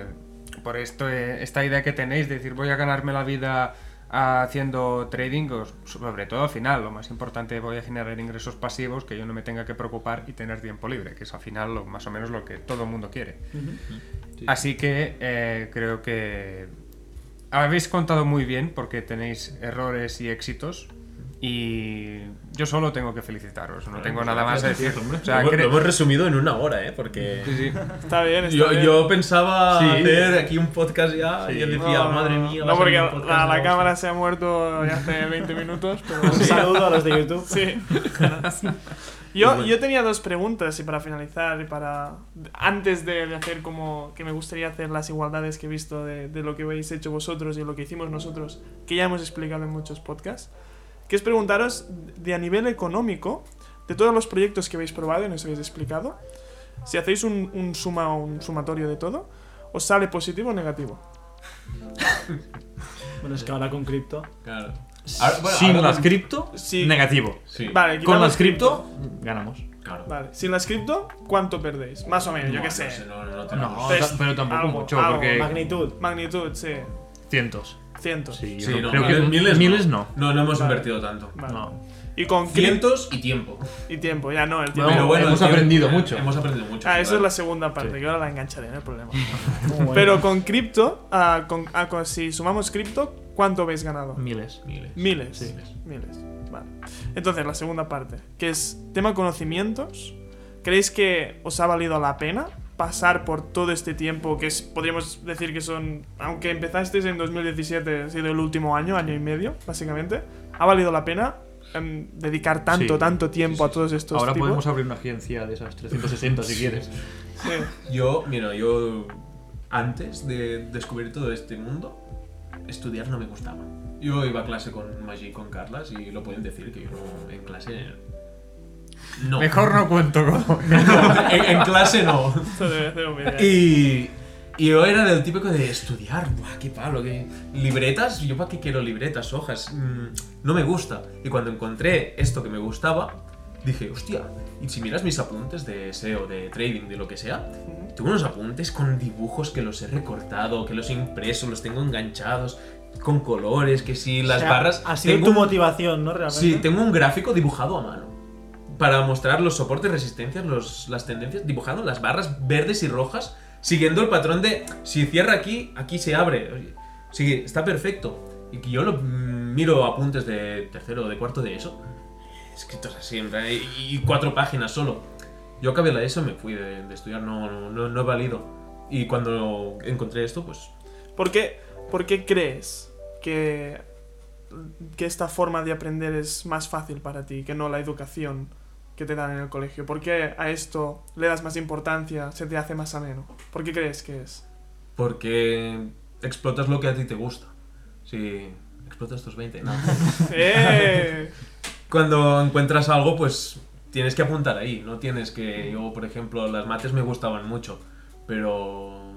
por esto, eh, esta idea que tenéis de decir voy a ganarme la vida haciendo trading, o sobre todo al final, lo más importante voy a generar ingresos pasivos que yo no me tenga que preocupar y tener tiempo libre, que es al final lo, más o menos lo que todo el mundo quiere. Así que eh, creo que habéis contado muy bien porque tenéis errores y éxitos. Y yo solo tengo que felicitaros, no tengo nada más que decir. O sea, lo, hemos- cre- lo hemos resumido en una hora, ¿eh? Porque Sí, sí. Está bien, está yo, bien. yo pensaba Sí. hacer aquí un podcast ya y yo decía, No, madre no, mía, va No, a porque salir un la, podcast la nuevo". cámara se ha muerto ya hace 20 minutos, pero Un saludo a los de YouTube. sí. Y Yo, bueno. yo tenía dos preguntas y para finalizar y para antes de, de hacer como que me gustaría hacer las igualdades que he visto de, de lo que habéis hecho vosotros y lo que hicimos nosotros, que ya hemos explicado en muchos podcasts, que es preguntaros de a nivel económico, de todos los proyectos que habéis probado y nos habéis explicado, si hacéis un, un suma un sumatorio de todo, ¿os sale positivo o negativo? Bueno, es que ahora con cripto. Claro. Ahora- bueno, Sin ahora las con- cripto, Sí. negativo. Sí. Vale, Con quitamos las cripto, ganamos. Claro. Vale, sin las cripto, ¿cuánto perdéis? Más o menos, yo No, qué no sé. sé, No, no, no tenemos- No, Pues, ta- pero tampoco algo, mucho, algo, porque Magnitud. Magnitud, sí. cientos. Cientos. Sí, Sí, yo no, creo que miles, no. No, no hemos Vale. invertido tanto. Vale. No. Y con cripto Cientos y tiempo. y tiempo, ya no, el tiempo. Pero bueno, hemos el tiempo- aprendido mucho. Hemos aprendido mucho. ah, esa sí, es claro. la segunda parte, que ahora la engancharé, no hay problema. Muy bueno. Pero con cripto, ah, con, ah, con- si sumamos cripto, ¿cuánto habéis ganado? Miles. Miles. Miles. Sí. Miles. Vale. Entonces, la segunda parte, que es tema conocimientos. ¿Creéis que os ha valido la pena pasar por todo este tiempo que es- podríamos decir que son, aunque empezasteis en 2017, ha sido el último año, año y medio, básicamente, ¿ha valido la pena em, dedicar tanto, Sí. tanto tiempo a todos estos Ahora tipos? podemos abrir una agencia de esas 360 si quieres. Sí. Yo, mira, yo antes de descubrir todo este mundo, estudiar no me gustaba. Yo iba a clase con Maggi y con Carlas y lo pueden decir que yo no, en clase... No. Mejor no cuento cómo. en, en clase no. Esto debe ser un video. Y, y yo era del típico de estudiar, buah, qué palo, qué... Libretas, yo para qué quiero libretas, hojas, Mm, no me gusta. Y cuando encontré esto que me gustaba, dije, hostia, y si miras mis apuntes de SEO, de trading, de lo que sea, tengo unos apuntes con dibujos que los he recortado, que los he impreso, los tengo enganchados, con colores, que si las O sea, barras... Ha sido tengo tu un- motivación, ¿no? Realmente. Sí, tengo un gráfico dibujado a mano. Para mostrar los soportes, resistencias, los, las tendencias, dibujando las barras verdes y rojas, siguiendo el patrón de si cierra aquí, aquí se abre. Oye, Sí, está perfecto. Y que yo lo mm, miro apuntes de tercero o de cuarto de eso. Escritos así, en plan, y, y cuatro páginas solo. Yo acabé la ESO, me fui de, de estudiar, no, no, no, no he valido. Y cuando encontré esto, pues ¿Por qué, por qué crees que, que esta forma de aprender es más fácil para ti que no la educación que te dan en el colegio? ¿Por qué a esto le das más importancia, se te hace más ameno? ¿Por qué crees que es? Porque explotas lo que a ti te gusta. Si explotas tus 20, no. ¡Eh! Cuando encuentras algo, pues tienes que apuntar ahí. No tienes que. Yo, por ejemplo, las mates me gustaban mucho, pero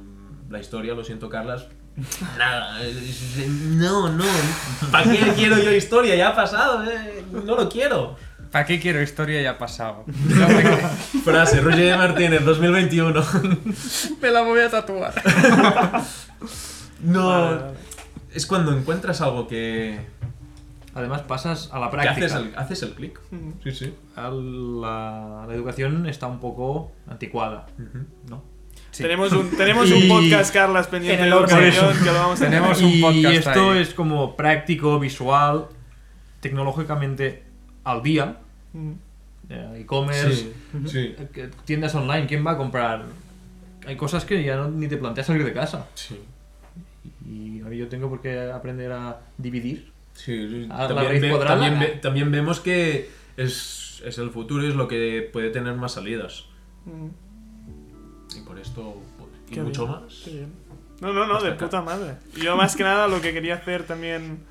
la historia, lo siento, Carlas. Nada, es- es- no, no. ¿Para qué quiero yo historia? Ya ha pasado, eh, no lo quiero. ¿Para qué quiero historia? Ya ha pasado. No me- Frase, Roger Martínez, 2021. Me la voy a tatuar. No. Vale, vale. Es cuando encuentras algo que. Además pasas a la que práctica. haces el, haces el clic. Mm. Sí, sí. A La, la educación está un poco anticuada, ¿no? Tenemos un, tenemos un Y- podcast, Carlas, pendiente En el de horno. educación, que lo vamos a Tenemos- un y podcast esto ahí. es como práctico, visual, tecnológicamente al día, Mm. eh, e-commerce, sí. eh, que- tiendas online, ¿quién va a comprar? Hay cosas que ya no- ni te planteas salir de casa. Sí. Y ahora yo tengo por qué aprender a dividir. Sí, Ah, la también, raíz ve- cuadrada. ¿eh? también ve- también vemos que es, es el futuro y es lo que puede tener más salidas. Mm, Y por esto, pues, y qué mucho bien, más. qué bien. No, no, no, de acá. puta madre. Yo más que nada lo que quería hacer también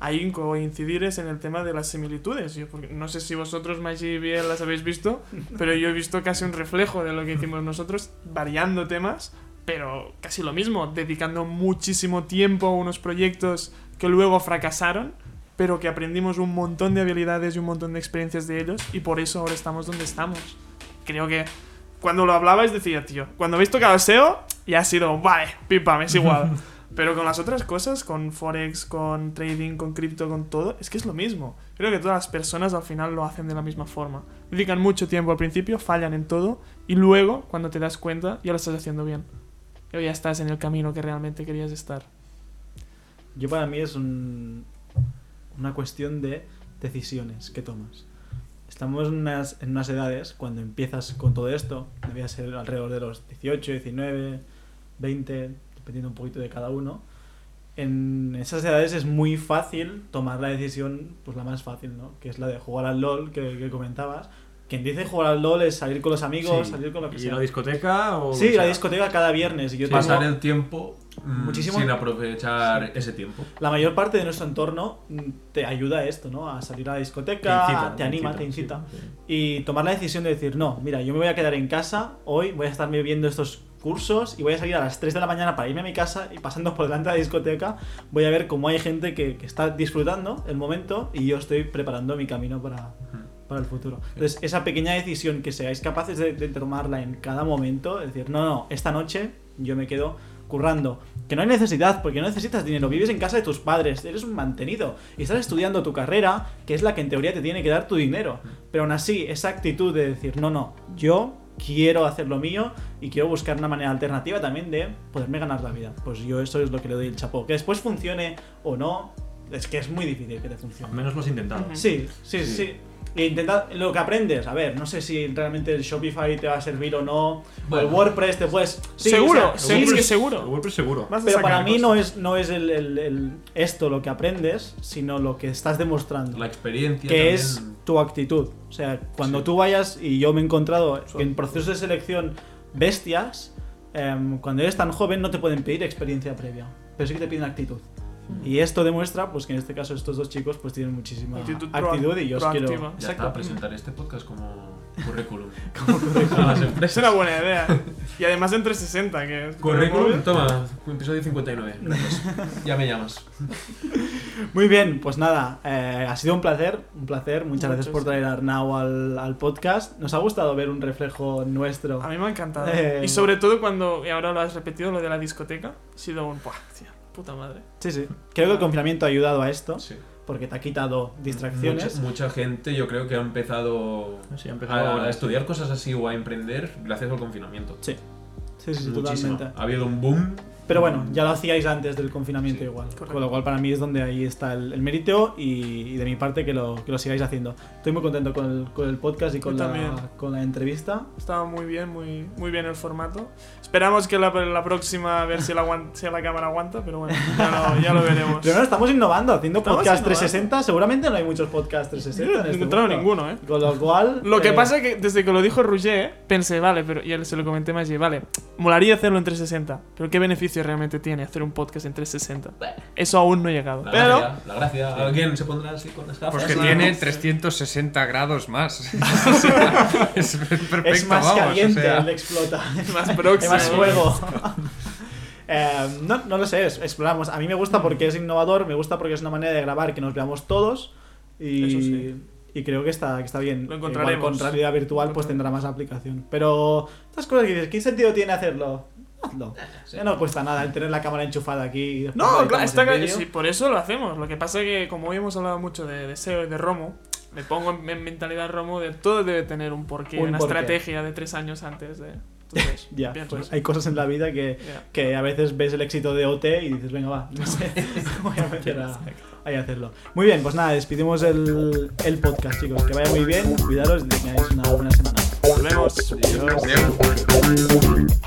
ahí coincidir es en el tema de las similitudes. Yo, porque no sé si vosotros, Maggi y Biel, las habéis visto, pero yo he visto casi un reflejo de lo que hicimos nosotros, variando temas, pero casi lo mismo, dedicando muchísimo tiempo a unos proyectos que luego fracasaron, pero que aprendimos un montón de habilidades y un montón de experiencias de ellos, y por eso ahora estamos donde estamos. Creo que cuando lo hablabais decía, tío, cuando habéis tocado SEO, ya ha sido, vale, pim pam, es igual. Pero con las otras cosas, con Forex, con trading, con cripto, con todo, es que es lo mismo. Creo que todas las personas al final lo hacen de la misma forma. Dedican mucho tiempo al principio, fallan en todo, y luego, cuando te das cuenta, ya lo estás haciendo bien. Y ya estás en el camino que realmente querías estar. Yo para mí es un- una cuestión de decisiones que tomas. Estamos en unas, en unas edades, cuando empiezas con todo esto, debía ser alrededor de los 18, 19, 20, dependiendo un poquito de cada uno. En esas edades es muy fácil tomar la decisión, pues la más fácil, ¿no? Que es la de jugar al LOL, que, que comentabas. Quien dice jugar al LOL es salir con los amigos, Sí. salir con lo que ¿Y sea. la discoteca o lo sí, que la sea? discoteca cada viernes. Y yo tengo- Pasar el tiempo mm, Muchísimo- sin aprovechar ese tiempo. la mayor parte de nuestro entorno mm, te ayuda a esto, ¿no? A salir a la discoteca, Te te, incita, te anima, incita, te incita. sí, sí. Y tomar la decisión de decir, no, mira, yo me voy a quedar en casa hoy, voy a estarme viendo estos cursos y voy a salir a las 3 de la mañana para irme a mi casa y pasando por delante de la discoteca voy a ver cómo hay gente que, que está disfrutando el momento y yo estoy preparando mi camino para, para el futuro. Entonces, esa pequeña decisión que seáis capaces de, de tomarla en cada momento, es decir, no, no, esta noche yo me quedo currando. Que no hay necesidad, porque no necesitas dinero, vives en casa de tus padres, eres un mantenido y estás estudiando tu carrera, que es la que en teoría te tiene que dar tu dinero. Pero aún así, esa actitud de decir, no, no, yo quiero hacer lo mío y quiero buscar una manera alternativa también de poderme ganar la vida. Pues yo eso es lo que le doy el chapó. Que después funcione o no, es que es muy difícil que te funcione. Al menos lo has intentado. Sí, sí, sí. E intenta lo que aprendes, a ver, no sé si realmente el Shopify te va a servir o no, o Bueno. el WordPress te puedes... Sí, seguro, o sea, seguro, sí, es que sí, El seguro. golpe es seguro. Vas a pero sacar para mí cosas. no es, no es el, el- el- esto lo que aprendes, sino lo que estás demostrando, La experiencia que también- es tu actitud. O sea, cuando tú vayas, y yo me he encontrado en procesos de selección bestias, em, cuando eres tan joven no te pueden pedir experiencia previa, pero sí que te piden actitud. Y esto demuestra pues que en este caso estos dos chicos pues tienen muchísima Actitud actitud, proa- y yo os quiero proactiva. Ya Exacto. está, presentar este podcast como currículum. a las Es una empresas. buena idea. Y además en 360, que es... Currículum, toma, episodio 59. Gracias. Ya me llamas. Muy bien, pues nada, eh, ha sido un placer, un placer. Muchas gracias por Muchas. traer a Arnau al, al podcast. Nos ha gustado ver un reflejo nuestro. A mí me ha encantado. Eh. Y sobre todo cuando, y ahora lo has repetido, lo de la discoteca, ha sido un... Buah, tía, puta madre. Sí, sí. Creo que el confinamiento ha ayudado a esto, Sí. porque te ha quitado Mucha, distracciones. mucha gente yo creo que ha empezado, Sí, ha empezado a- ahora. a estudiar cosas así o a emprender gracias al confinamiento. Sí, sí, sí, Muchísimo. totalmente. Ha habido un boom. Pero bueno, ya lo hacíais antes del confinamiento Sí, igual. correcto. Con lo cual para mí es donde ahí está el, el mérito y, y de mi parte que lo, que lo sigáis haciendo. Estoy muy contento con el, con el podcast y con también. la, con la entrevista. Estaba muy bien, muy, muy bien el formato. Esperamos que la, la próxima, a ver si la, aguan- si la cámara aguanta, pero bueno, ya lo, ya lo veremos. Pero no, estamos innovando, haciendo Estamos podcast innovando. 360. Seguramente no hay muchos podcasts 360. no en he este encontrado mundo. ninguno, ¿eh? Con lo cual. Lo que eh, pasa es que desde que lo dijo Roger, pensé, vale, pero ya se lo comenté más y vale, molaría hacerlo en 360, pero ¿qué beneficio realmente tiene hacer un podcast en 360? Eso aún no he llegado. La Pero, gracia, la gracia. ¿Alguien se pondrá así con las gafas? Porque Sí. tiene 360 grados más. O sea, es perfecto, es más vamos. o caliente, sea. le explota. más Hay próximo. más fuego. Eh, no, no lo sé, es- exploramos. A mí me gusta porque es innovador, me gusta porque es una manera de grabar que nos veamos todos. Y, Eso sí. y creo que está, que está bien. Lo Igual encontraremos. con realidad virtual pues tendrá más aplicación. Pero estas cosas que dices, ¿qué sentido tiene hacerlo? Hazlo. Ya no cuesta nada el tener la cámara enchufada aquí. y después No, claro, editamos está el claro. vídeo. Sí, por eso lo hacemos. Lo que pasa es que, como hoy hemos hablado mucho de, de SEO y de Romo, me pongo en, en mentalidad Romo de todo debe tener un porqué, Un una porqué. estrategia de tres años antes de. Entonces, Ya, pienso pues eso. hay cosas en la vida que, Ya. que a veces ves el éxito de OT y dices, venga, va, no sé, voy a meter a, ahí a hacerlo. Muy bien, pues nada, despidimos el, el podcast, chicos. Que vaya muy bien, cuidaros y que tengáis una buena semana. Nos vemos. Adiós.